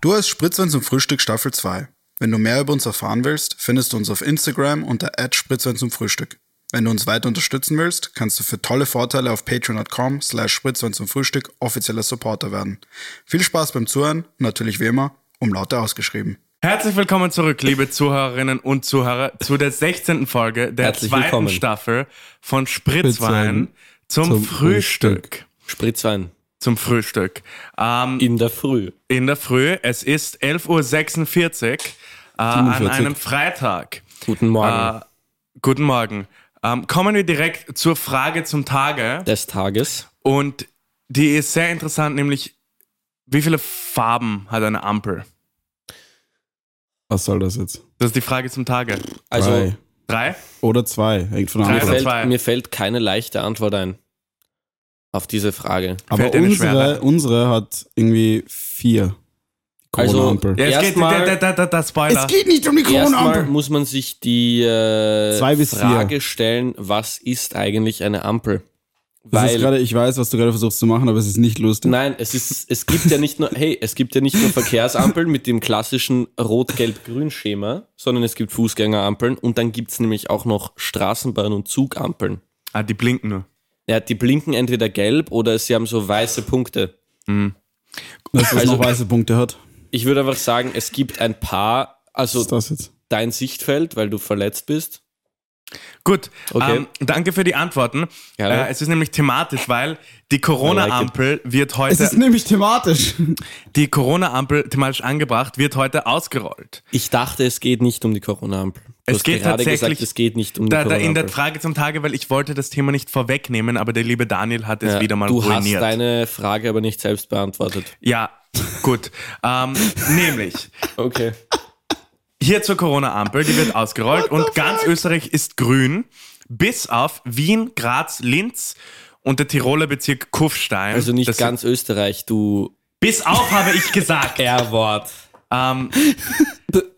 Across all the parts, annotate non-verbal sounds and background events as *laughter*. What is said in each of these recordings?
Du hast Spritzwein zum Frühstück Staffel 2. Wenn du mehr über uns erfahren willst, findest du uns auf Instagram unter @spritzwein zum Frühstück. Wenn du uns weiter unterstützen willst, kannst du für tolle Vorteile auf patreon.com slash spritzwein zum Frühstück offizieller Supporter werden. Viel Spaß beim Zuhören, natürlich wie immer, um Laute ausgeschrieben. Herzlich willkommen zurück, liebe Zuhörerinnen und Zuhörer, zu der 16. Folge der Herzlich zweiten willkommen. Staffel von Spritzwein zum, zum Frühstück. Frühstück. Spritzwein Zum Frühstück. Ähm, in der Früh. in der Früh, es ist 11.46 Uhr äh, an 47. einem Freitag. Guten Morgen Äh, guten Morgen. Ähm, kommen wir direkt zur Frage zum Tage. des Tages. Und die ist sehr interessant, nämlich wie viele Farben hat eine Ampel? Was soll das jetzt? Das ist die Frage zum Tage. Also Drei. Drei? Oder zwei, hängt von der Drei oder mir Antwort ab. zwei? fällt, mir fällt keine leichte Antwort ein auf diese Frage. Aber fällt dir eine unsere, ne? schwere? unsere hat irgendwie vier. Also, Corona-Ampel. Ja, es geht, Erstmal- da, da, da, da, da, Spoiler. geht nicht um die Erstmal muss man sich die äh, Zwei bis vier. Frage stellen, was ist eigentlich eine Ampel? das ist Weil gerade, ich weiß, was du gerade versuchst zu machen, aber es ist nicht lustig. Nein, es ist, es gibt ja nicht nur, hey, es gibt ja nicht nur Verkehrsampeln mit dem klassischen Rot-Gelb-Grün-Schema, sondern es gibt Fußgängerampeln und dann gibt's nämlich auch noch Straßenbahn- und Zugampeln. Ah, die blinken nur. Ja, die blinken entweder gelb oder sie haben so weiße Punkte. Dass das Also- noch weiße Punkte hat. Ich würde einfach sagen, es gibt ein paar, Was also ist das jetzt? dein Sichtfeld, weil du verletzt bist. Gut, Okay. ähm, danke für die Antworten. Gerne. Äh, es ist nämlich thematisch, weil die Corona-Ampel wird Es ist heute, nämlich thematisch. Ähm, die Corona-Ampel thematisch angebracht, wird heute ausgerollt. Ich dachte, es geht nicht um die Corona-Ampel. Du Es hast geht gerade tatsächlich- gesagt, es geht nicht um die Da, da in der Corona-Ampel. Frage zum Tage, weil ich wollte das Thema nicht vorwegnehmen, aber der liebe Daniel hat es Ja, wieder mal du hast ruiniert. deine Frage aber nicht selbst beantwortet. ja, gut. *laughs* ähm, nämlich, Okay. Hier zur Corona-Ampel, die wird ausgerollt und ganz Österreich ist grün, bis auf Wien, Graz, Linz und der Tiroler Bezirk Kufstein. Also nicht Das- ganz Österreich, du Bis auf habe ich *laughs* gesagt. *laughs* R-Wort. ähm,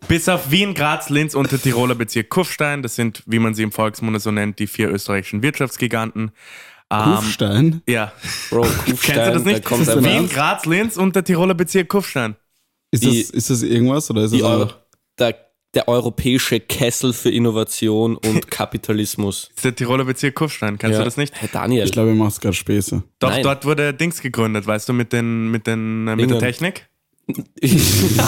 bis auf Wien, Graz, Linz und der Tiroler Bezirk Kufstein. Das sind, wie man sie im Volksmund so nennt, die vier österreichischen Wirtschaftsgiganten. Kufstein. Ja, *laughs* Bro, kennst du das Kufstein, da nicht? kommt Das ist einfach Wien, Graz, Linz und der Tiroler Bezirk Kufstein. Ist das, die- ist das irgendwas oder ist das die Euro, einfach- der, der europäische Kessel für Innovation und Kapitalismus. Das ist der Tiroler Bezirk Kufstein. Kennst Ja. du das nicht? Herr Daniel, Ich glaube, ihr macht gerade Späße. Doch, Nein. dort wurde Dings gegründet, weißt du, mit, den, mit, den, äh, mit der Dingern. Technik. *laughs* *laughs*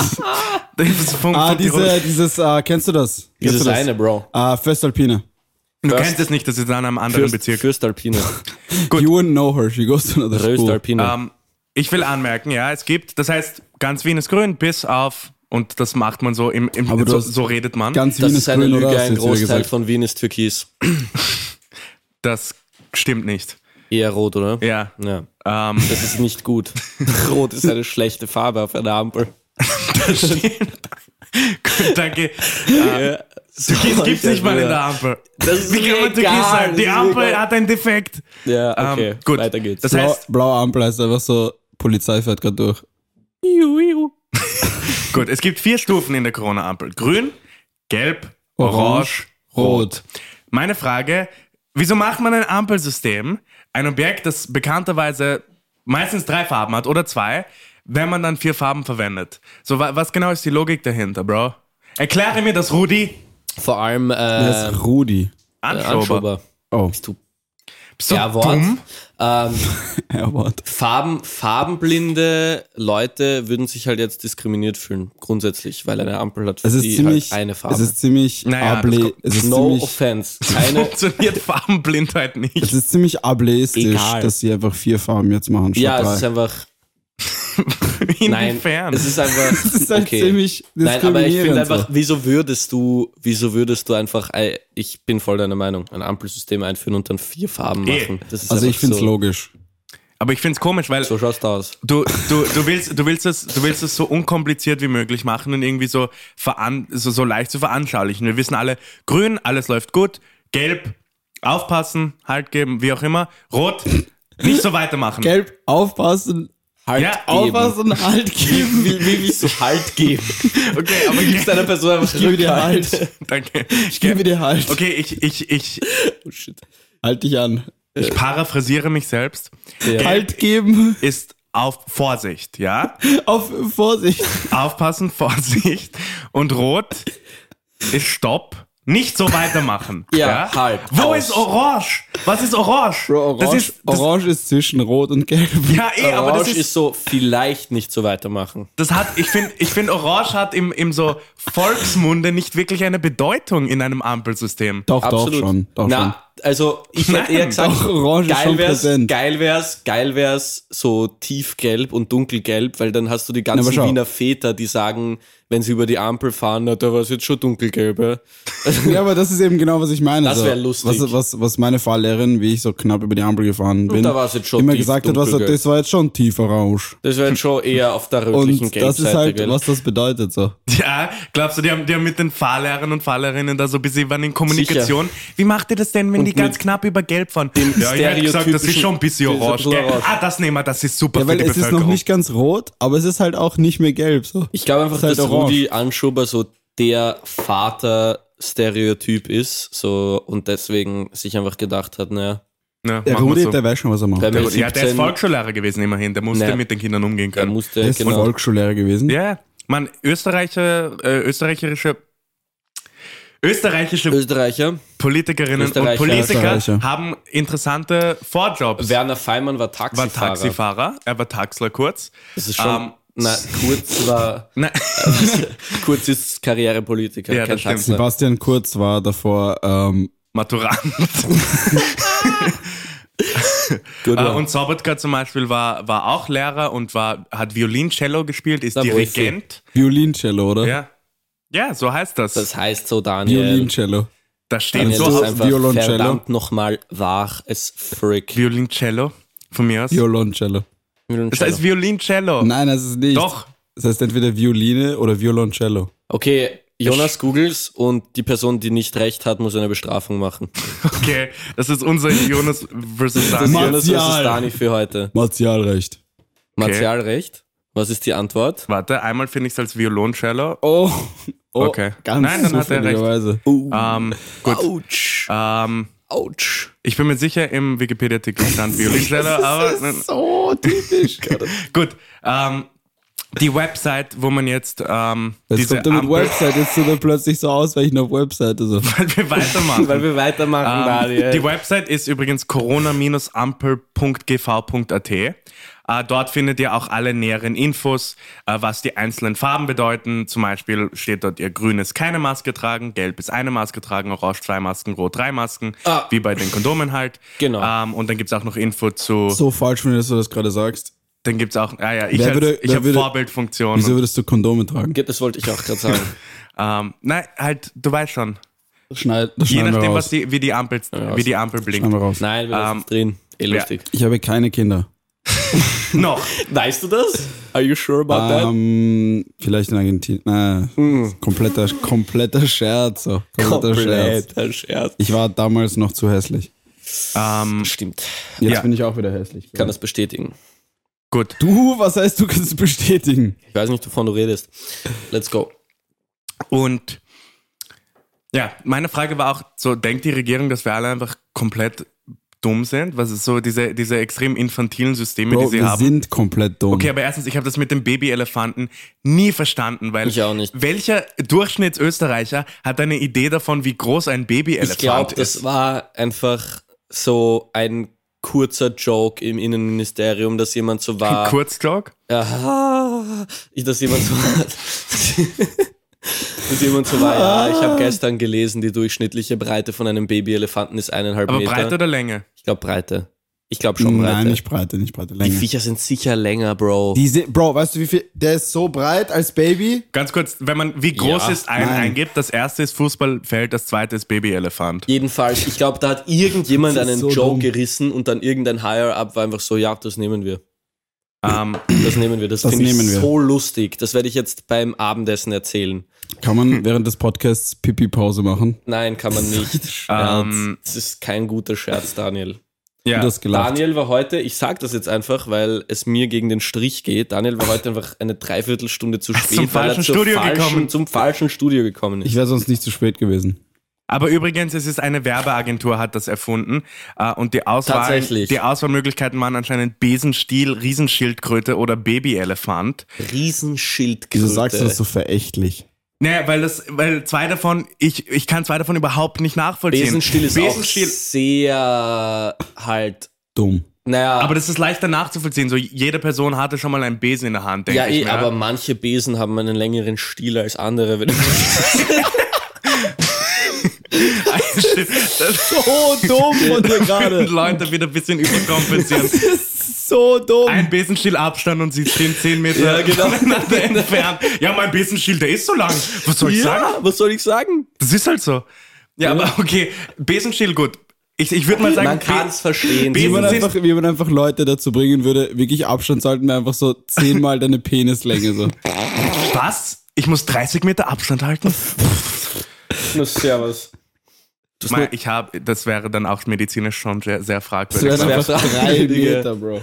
Das ist vom, Ah, vom diese, Tirol. dieses, äh, kennst du das? Kennst dieses du das? eine, Bro. Ah, Föstalpine. Du Fürst- kennst es nicht, das ist in einem anderen Fürst, Bezirk. *laughs* Fürstalpine, You wouldn't know her, she goes to another school. Röstalpine. Ähm, ich will anmerken, ja, es gibt, das heißt, ganz Wien ist grün, bis auf, und das macht man so, im, im, Aber du so, hast so redet man. Ganz das Wien ist eine grün, oder? Lüge, Hast du ein jetzt wieder Großteil gesagt. von Wien ist türkis. Das stimmt nicht. Eher rot, oder? Ja. Ja. Ähm, Das ist *laughs* nicht gut. Rot ist eine schlechte Farbe auf einer Ampel. *laughs* das stimmt. Gut, *laughs* danke. Ja. Türkis gibt's nicht mal in der Ampel. Das ist Wie kann mir man Türkis egal, sein? Die das ist mir Ampel egal. hat einen Defekt. Ja, okay. Ähm, gut. Weiter geht's. Das Blau, heißt, blaue Ampel heißt einfach so, Polizei fährt gerade durch. Iu, iu. gut, es gibt vier Stufen in der Corona-Ampel. Grün, gelb, orange Orange, Rot. Meine Frage, wieso macht man ein Ampelsystem, ein Objekt, das bekannterweise meistens drei Farben hat oder zwei, wenn man dann vier Farben verwendet? So, wa was genau ist die Logik dahinter, Bro? Erkläre mir das, Rudi. Vor allem äh, Das ist Rudi. Anschober. Anschober. Oh, Bist du Bist du Ja, *laughs* Wort. dumm? Ähm, er wart. Farben, farbenblinde Leute würden sich halt jetzt diskriminiert fühlen, grundsätzlich, weil eine Ampel hat für Es ist die ziemlich, halt eine Farbe. es ist ziemlich Naja, das able, kommt- es ist no *laughs* ziemlich, offense. Keine, Funktioniert Farbenblindheit es nicht. ist ziemlich ableistisch, Egal. dass sie einfach vier Farben jetzt machen statt ja, drei. es ist einfach. Nein, Inwiefern? es ist *laughs* einfach. Das ist halt okay. ziemlich Nein, aber ich diskriminierend finde einfach, so. wieso würdest du, wieso würdest du einfach, ey, ich bin voll deiner Meinung, ein Ampelsystem einführen und dann vier Farben Eh. machen? Das ist Also ich einfach finde es so, logisch. Aber ich finde es komisch, weil So schaust du aus. Du, du, du, willst, du, willst es, du willst es so unkompliziert wie möglich machen und irgendwie so, veran so, so leicht zu veranschaulichen. Wir wissen alle, grün, alles läuft gut, gelb, aufpassen, halt geben, wie auch immer, rot, nicht so weitermachen. Gelb, aufpassen, Halt Ja, aufpassen, *laughs* halt geben. Wie, wie willst du Halt *laughs* geben? Okay, aber Du gibst gelb, einer Person einfach Gib dir Rückhalt. Halt. *laughs* danke. Gib dir Halt. Okay, ich, ich, ich, Oh shit. Halt dich an. ich paraphrasiere mich selbst. Ja. Halt geben. *laughs* Ist auf Vorsicht, ja? Auf Vorsicht. Aufpassen, *laughs* Vorsicht. Und rot ist Stopp. Nicht so *laughs* weitermachen. Ja, halt, Wo aus. ist Orange? Was ist Orange? Bro, orange, das ist, das, orange ist zwischen Rot und Gelb. ja, *laughs* eh, aber das Orange ist, ist so, vielleicht nicht so weitermachen. das hat, ich finde, ich find, Orange hat im, im so Volksmunde nicht wirklich eine Bedeutung in einem Ampelsystem. Doch, doch schon. Doch schon. Na, also ich Nein, hätte eher gesagt, doch, Orange ist geil, schon wär's, präsent. geil wär's, geil wär's, so tiefgelb und dunkelgelb, weil dann hast du die aber ganzen schau. Wiener Väter, die sagen, wenn sie über die Ampel fahren, na, da war es jetzt schon dunkelgelb. ja. Ja, aber das ist eben genau, was ich meine. Das wär lustig. Was, was, was meine Fahrlehrerin, wie ich so knapp über die Ampel gefahren bin, da war's jetzt schon immer tief gesagt hat, was, dunkel, gell? das war jetzt schon tiefer Rausch. Das war jetzt schon eher auf der rötlichen Und das Gelbseite. ist halt, gell? was das bedeutet so. Ja, glaubst du, die haben, die haben mit den Fahrlehrern und Fahrlehrerinnen da so ein bisschen waren in Kommunikation. Wie macht ihr das denn, wenn die ganz knapp über Gelb fahren? Ja, ich hätte gesagt, das ist stereotypischen- schon ein bisschen das ist ein orange. bisschen gell? orange. Ah, das nehmen wir, das ist super Ja, für weil die es ist Bevölkerung. noch nicht ganz rot, aber es ist halt auch nicht mehr gelb so. Ich glaube einfach, Ist halt dass orange. Rudi Anschuber so der Vater-Stereotyp ist so und deswegen sich einfach gedacht hat, naja, ja, Der machen wir Rudi, so. der weiß schon, was er macht. Der Der Ja, gut, ja, der ist 17 Volksschullehrer gewesen immerhin, der musste Naja. mit den Kindern umgehen er können. musste ist genau. Volksschullehrer gewesen. Ja, man, Österreicher, äh, österreichische, österreichische Österreicher. Politikerinnen Österreicher. und Politiker Österreicher. haben interessante Vorjobs. Werner Feimann war war Taxifahrer. Taxifahrer, er war Taxler *laughs* kurz. Das ist schon. Ähm, na, kurz war. Nein, *laughs* Kurz ist Karrierepolitiker, Ja, kein das stimmt. Taxler. Sebastian Kurz war davor ähm, Maturant. *laughs* Gut, Äh, ja. und Sobotka zum Beispiel war, war auch Lehrer und war, hat Violin-Cello gespielt, ist Na, wo ist sie? Dirigent. Violincello, oder? Ja. ja, so heißt das. Das, das heißt so, Daniel. Violincello. steht Daniel, so das ist auf einfach Violoncello. verdammt nochmal wahr es frick. Violin-Cello von mir aus. Violoncello. Das heißt Violin-Cello. Nein, das ist nicht. Doch. Das heißt entweder Violine oder Violoncello. Okay, Jonas googles und die Person, die nicht recht hat, muss eine Bestrafung machen. Okay, das ist unser Jonas versus Das ist Daniel. Jonas versus Martial. Dani für heute. Martialrecht. Martialrecht. Was ist die Antwort? Warte, einmal finde ich es als Violoncello. Oh. oh Okay. Ganz Nein, dann hat er recht. zufälligerweise. Ähm, gut. Autsch. Ähm, Autsch. ich bin mir sicher, im Wikipedia-Artikel stand Violoncello, Also, *laughs* aber *laughs* so typisch. gut. Ähm, die Website, wo man jetzt ähm, Jetzt diese kommt er mit Ampel- *laughs* Website, jetzt sieht er plötzlich so ausweichen auf Webseite. So. weil wir weitermachen. Weil wir weitermachen, Ähm, Daniel. Die Website ist übrigens corona-ampel.gv.at. Äh, dort findet ihr auch alle näheren Infos, äh, was die einzelnen Farben bedeuten. Zum Beispiel steht dort, ihr grün ist keine Maske tragen, gelb ist eine Maske tragen, orange zwei Masken, rot drei Masken, Ah. wie bei den Kondomen halt. Genau. Ähm, und dann gibt's auch noch Info zu, So falsch, wenn du das gerade sagst. dann gibt's auch, ah ja, ich, Wer als- würde- ich wer habe würde- Vorbildfunktionen. Wieso würdest du Kondome tragen? Das wollte ich auch gerade sagen. Ähm, nein, halt, du weißt schon. Schneid, das Je schneiden wir nachdem, was raus. die, wie, die Ampel, wie die Ampel Schneiden blinkt. wir raus. Nein, wir lassen Ähm, es drin. Eh ja. lustig. Ich habe keine Kinder. Noch. Weißt du das? Are you sure about that? Ähm, vielleicht in Argentinien. Nein, Hm. kompletter, kompletter Scherz. So. Kompletter Scherz. Kompletter Scherz. Ich war damals noch zu hässlich. Ähm, Stimmt. Jetzt Ja. bin ich auch wieder hässlich. Ich kann das bestätigen. gut. Du, was heißt, du kannst es bestätigen? Ich weiß nicht, wovon du redest. Let's go. Und ja, meine Frage war auch so, denkt die Regierung, dass wir alle einfach komplett dumm sind? Was ist so diese, diese extrem infantilen Systeme, die Bro, sie wir haben? sind komplett dumm. Okay, aber erstens, ich habe das mit dem Babyelefanten nie verstanden, weil Ich auch nicht. welcher Durchschnittsösterreicher hat eine Idee davon, wie groß ein Ich glaube, Babyelefant das ist? war einfach so ein kurzer Joke im Innenministerium, dass jemand so war. Kurzjog? Aha, ich, dass jemand so war. dass jemand so war, ja, ich habe gestern gelesen, die durchschnittliche Breite von einem Babyelefanten ist eineinhalb Aber Meter. Breite oder Länge? Ich glaube Breite. Ich glaube schon Breite. Nein, nicht breite, nicht breite. die Länge. Viecher sind sicher länger, Bro. Diese, Bro, weißt du, wie viel? Der ist so breit als Baby. Ganz kurz, wenn man wie groß Ja, ist ein nein. eingibt, das erste ist Fußballfeld, das zweite ist Babyelefant. Jedenfalls, ich glaube, da hat irgendjemand Das ist einen so Joke dumm. gerissen und dann irgendein Higher-Up war einfach so, ja, das nehmen wir. Ähm, Das nehmen wir. Das, Das finde ich nehmen wir. so lustig. Das werde ich jetzt beim Abendessen erzählen. Kann Hm. man während des Podcasts Pipi-Pause machen? Nein, kann man nicht. Scherz. *laughs* Ähm. das ist kein guter Scherz, Daniel. ja. Du hast gelacht. Daniel war heute, ich sag das jetzt einfach, weil es mir gegen den Strich geht. Daniel war heute einfach eine Dreiviertelstunde zu spät, zum weil er falschen zur Studio falschen, gekommen. zum falschen Studio gekommen ist. Ich wäre sonst nicht zu spät gewesen. Aber übrigens, es ist eine Werbeagentur, hat das erfunden. Äh, und die, Auswahl, Tatsächlich. die Auswahlmöglichkeiten waren anscheinend Besenstiel, Riesenschildkröte oder Babyelefant. Riesenschildkröte. Wieso sagst du das so verächtlich? Naja, weil das, weil zwei davon, ich, ich kann zwei davon überhaupt nicht nachvollziehen. Besenstiel ist Besenstiel- auch sehr halt, Dumm. naja, Aber das ist leichter nachzuvollziehen. So, jede Person hatte schon mal einen Besen in der Hand, denke ja ich. eh, mir. ne? *laughs* aber manche Besen haben einen längeren Stiel als andere. Wenn Das So dumm von dir können Leute wieder ein bisschen überkompensieren. *laughs* So dumm. Ein Besenstiel Abstand und sie stehen 10 Meter Ja, *laughs* genau. voneinander entfernt. Ja, mein Besenstiel, der ist so lang. Was soll ich sagen? was soll ich sagen? Das ist halt so. Ja, aber okay, Besenstiel, gut. Ich, ich würde mal sagen, Man kann es verstehen. Wie man, Besen- einfach, wie man einfach Leute dazu bringen würde, wirklich Abstand sollten wir einfach so zehnmal deine *laughs* Penislänge so. Be- was? Ich muss 30 Meter Abstand halten? Besenstiel- Servus. Ich mein, ich hab, das wäre dann auch medizinisch schon sehr, sehr Das fragwürdig. wären wär *laughs* einfach drei fragwürdig, ja. Meter, Bro.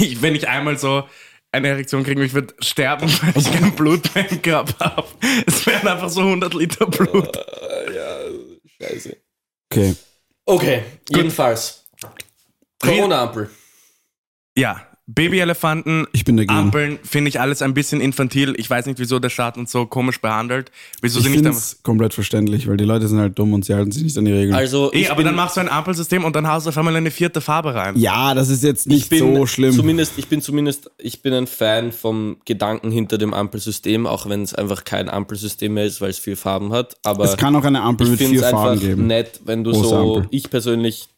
ich, wenn ich einmal so eine Erektion kriege, ich würde sterben, weil ich kein Blut mehr im Körper habe. Es wären einfach so 100 Liter Blut. Scheiße. Okay. Okay, jedenfalls. Corona-Ampel. Ja, Babyelefanten, Ich bin dagegen. Ampeln finde ich alles ein bisschen infantil. Ich weiß nicht, wieso der Staat uns so komisch behandelt. Wieso Ich sie also nicht finde einfach. es komplett verständlich, weil die Leute sind halt dumm und sie halten sich nicht an die Regeln. Also, Ey, ich aber bin, dann machst du ein Ampelsystem und dann haust du auf einmal eine vierte Farbe rein. ja, das ist jetzt nicht ich bin so schlimm. Zumindest, ich bin zumindest, ich bin ein Fan vom Gedanken hinter dem Ampelsystem, auch wenn es einfach kein Ampelsystem mehr ist, weil es vier Farben hat. Aber Es kann auch eine Ampel ich mit finde vier es einfach Farben geben. nett, wenn du Große so, Ampel. ich persönlich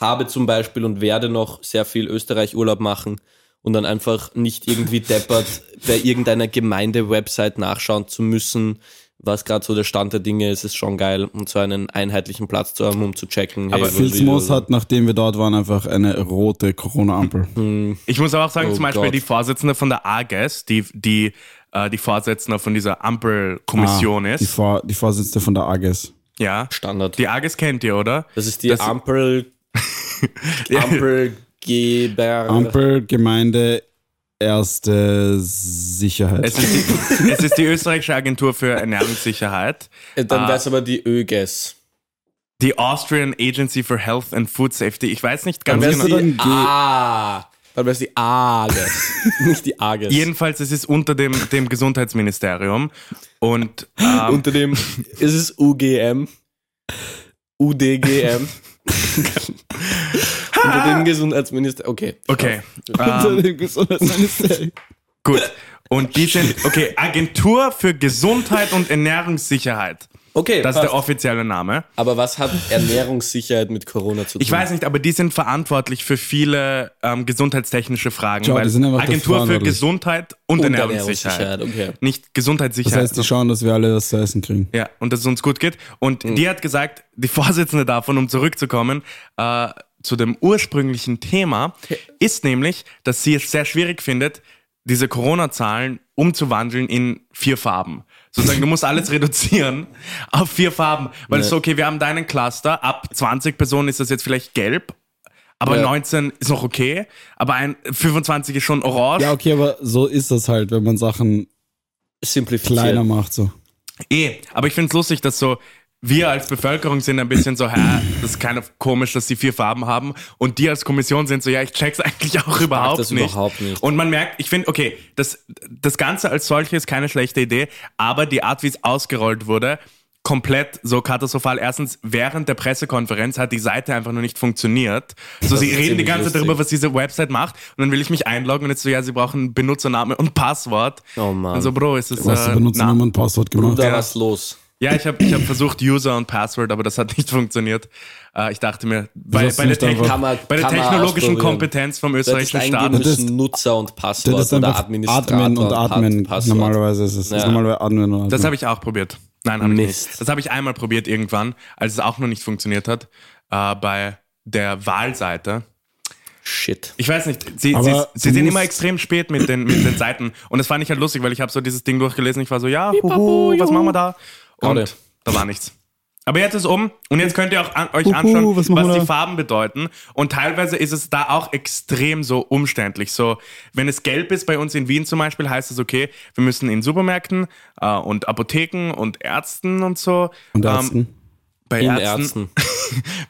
habe zum Beispiel und werde noch sehr viel Österreich-Urlaub machen und dann einfach nicht irgendwie deppert bei irgendeiner Gemeinde-Website nachschauen zu müssen, was gerade so der Stand der Dinge ist, ist schon geil und so einen einheitlichen Platz zu haben, um zu checken. hey, Aber was will Filzmoos oder- hat, nachdem wir dort waren, einfach eine rote Corona-Ampel. Ich muss aber auch sagen, Oh zum Beispiel Gott. die Vorsitzende von der AGES, die, die, äh, die Vorsitzende von dieser Ampelkommission Ah, Die, ist. Vor die Vorsitzende von der AGES. Ja. Standard. Die AGES kennt ihr, oder? das ist die das- *laughs* Ampel, Ampelgeber. Ampel, Gemeinde, erste Sicherheit. Es ist, *laughs* die, es ist die österreichische Agentur für Ernährungssicherheit, Dann wäre es aber die E ÖGES. die Austrian Agency for Health and Food Safety. Ich weiß nicht ganz wärst genau. du dann G- Ah, dann wäre es die AGES. Nicht die AGES. Jedenfalls, es ist unter dem, dem Gesundheitsministerium und ähm, Unter dem ist es UGM. UDGM. Unter dem Gesundheitsminister. Okay. okay, Ah. ähm, gut. Und die sind okay Agentur für Gesundheit und Ernährungssicherheit. Okay, Das ist passt. der offizielle Name. aber was hat Ernährungssicherheit mit Corona zu tun? Ich weiß nicht, aber die sind verantwortlich für viele ähm, gesundheitstechnische Fragen. Schau, die weil sind einfach dafür Agentur für verantwortlich. Gesundheit und, Und Ernährungssicherheit. Ernährungssicherheit, okay. Nicht *laughs* Das Gesundheitssicherheit. heißt, die schauen, dass wir alle was zu essen kriegen. Ja, und dass es uns gut geht. Und die hat gesagt, die Vorsitzende davon, um zurückzukommen, äh, zu dem ursprünglichen Thema, ist nämlich, dass sie es sehr schwierig findet, diese Corona-Zahlen umzuwandeln in vier Farben. Sozusagen, du musst alles *laughs* reduzieren auf vier Farben. Weil es so, okay, wir haben deinen Cluster, ab 20 Personen ist das jetzt vielleicht gelb, aber Ja. 19 ist noch okay, aber ein, 25 ist schon orange. Ja, okay, aber so ist das halt, wenn man Sachen Simplifiziert. kleiner macht. So. Eh, aber ich finde es lustig, dass so wir als Bevölkerung sind ein bisschen so, hä, das ist kind of komisch, dass die vier Farben haben. Und die als Kommission sind so, ja, ich check's *laughs* eigentlich auch überhaupt das nicht. überhaupt nicht. Und man merkt, ich finde, okay, das, das Ganze als solche ist keine schlechte Idee, aber die Art, wie es ausgerollt wurde, komplett so katastrophal. Erstens, während der Pressekonferenz hat die Seite einfach nur nicht funktioniert. So, sie ist reden die ziemlich ganze Zeit lustig. darüber, was diese Website macht. Und dann will ich mich einloggen und jetzt so, ja, sie brauchen Benutzername und Passwort. Oh Mann. Und so, Bro, ist es Du hast äh, du Benutzernamen na- und Passwort gemacht. Da Ja. was los. ja, ich habe ich hab versucht User und Password, aber das hat nicht *laughs* funktioniert. Äh, ich dachte mir, bei, hast bei, der, du nicht Techn einfach- Kann man- bei der kann man technologischen ausprobieren. Kompetenz vom Du hättest österreichischen eingeben Staat. Das ist- müssen Nutzer und Das Passwort ist oder einfach Administrator Admin und Admin. Passwort. Normalerweise ist es das Ja. ist normalerweise Admin und Admin. Das habe ich auch probiert. Nein, habe ich Mist. nicht. Das habe ich einmal probiert irgendwann, als es auch noch nicht funktioniert hat, äh, bei der Wahlseite. Shit. Ich weiß nicht, sie, Aber sie, du sie sind musst- immer extrem spät mit den, mit den Seiten. Und das fand ich halt lustig, weil ich habe so dieses Ding durchgelesen. Ich war so, ja, huhu, was machen wir da? Und Gerade. da war nichts. Aber jetzt ist um und jetzt könnt ihr auch an, euch Huhu, anschauen, was, was machen wir die da? Farben bedeuten. Und teilweise ist es da auch extrem so umständlich. So, wenn es gelb ist bei uns in Wien zum Beispiel, heißt es, okay, wir müssen in Supermärkten äh, und Apotheken und Ärzten und so. und ähm, Ärzten. bei In Ärzten, Ärzten.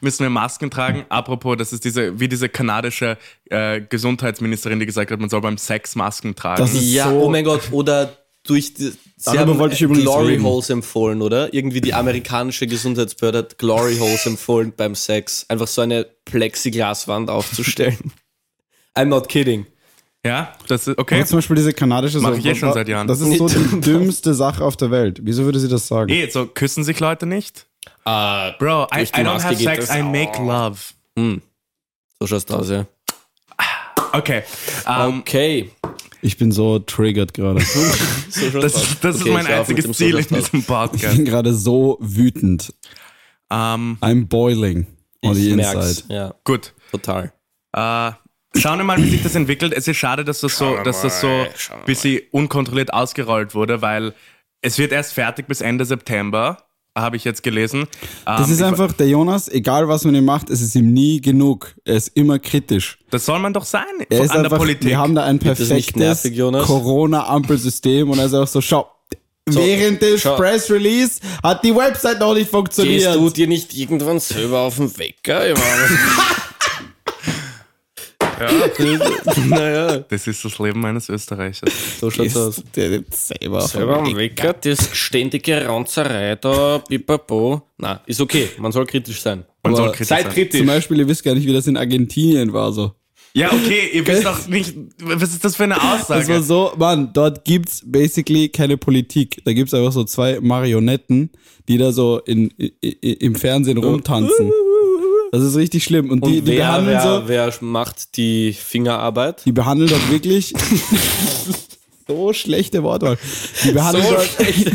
müssen wir Masken tragen. Apropos, das ist diese, wie diese kanadische äh, Gesundheitsministerin, die gesagt hat, man soll beim Sex Masken tragen. Das ist Ja, so- oh mein Gott, oder durch die. Sie Darüber haben wollte ich übrigens Glory reden. Holes empfohlen, oder? Irgendwie die amerikanische Gesundheitsbehörde hat Glory Holes empfohlen beim Sex. Einfach so eine Plexiglaswand aufzustellen. *laughs* I'm not kidding. ja, das ist okay. Aber zum Beispiel diese kanadische Mach Sache. ich eh schon seit Jahren. Das ist so *laughs* die dümmste Sache auf der Welt. Wieso würde sie das sagen? Eh, so küssen sich Leute nicht? Ah, Bro, I, I Durch die don't Maske have geht sex, das. I make love. so schaust du aus, ja. Okay. ähm, Okay. Ich bin so triggered gerade. *laughs* So schaust du Das, aus. das Okay, ist mein ich hör auf mit einziges dem Ziel in So schaust du diesem *laughs* Ich Podcast. bin gerade so wütend. Ähm, I'm boiling on aus. the Ich Oh, inside. merk's. Ja, gut. total. Äh, schauen wir mal, wie sich das entwickelt. Es ist schade, dass das so, dass das so ein bisschen unkontrolliert ausgerollt wurde, weil es wird erst fertig bis Ende September, habe ich jetzt gelesen. Das Ähm, ist ich- einfach, der Jonas, egal was man ihm macht, es ist ihm nie genug. Er ist immer kritisch. das soll man doch sein Er von- ist an einfach, der Politik. wir haben da ein das nicht perfektes nervig, Jonas? Corona-Ampelsystem und er ist auch so, schau, während des schau. Press Release hat die Website noch nicht Gehst funktioniert. du dir nicht irgendwann selber auf den Wecker? *laughs* Ich *laughs* meine- Naja, das ist das Leben eines *laughs* Österreichers. so schaut's aus. Gehst du dir selber auf Selber am Wecker, das ständige Ranzerei da, pipapo. Na, ist okay, man soll kritisch sein. Man soll Aber kritisch Seid sein. Zum kritisch. Beispiel, ihr wisst gar nicht, wie das in Argentinien war. So. Ja, okay, ihr wisst doch nicht, was ist das für eine Aussage? Das war so, Mann, dort gibt's basically keine Politik. Da gibt's einfach so zwei Marionetten, die da so in, i, i, im Fernsehen rumtanzen. Das ist richtig schlimm. Und die, Und die wer, behandeln so, wer, wer macht die Fingerarbeit? die behandeln dort wirklich *laughs* so schlechte Wortwahl. Die behandeln dort, *laughs* schlecht.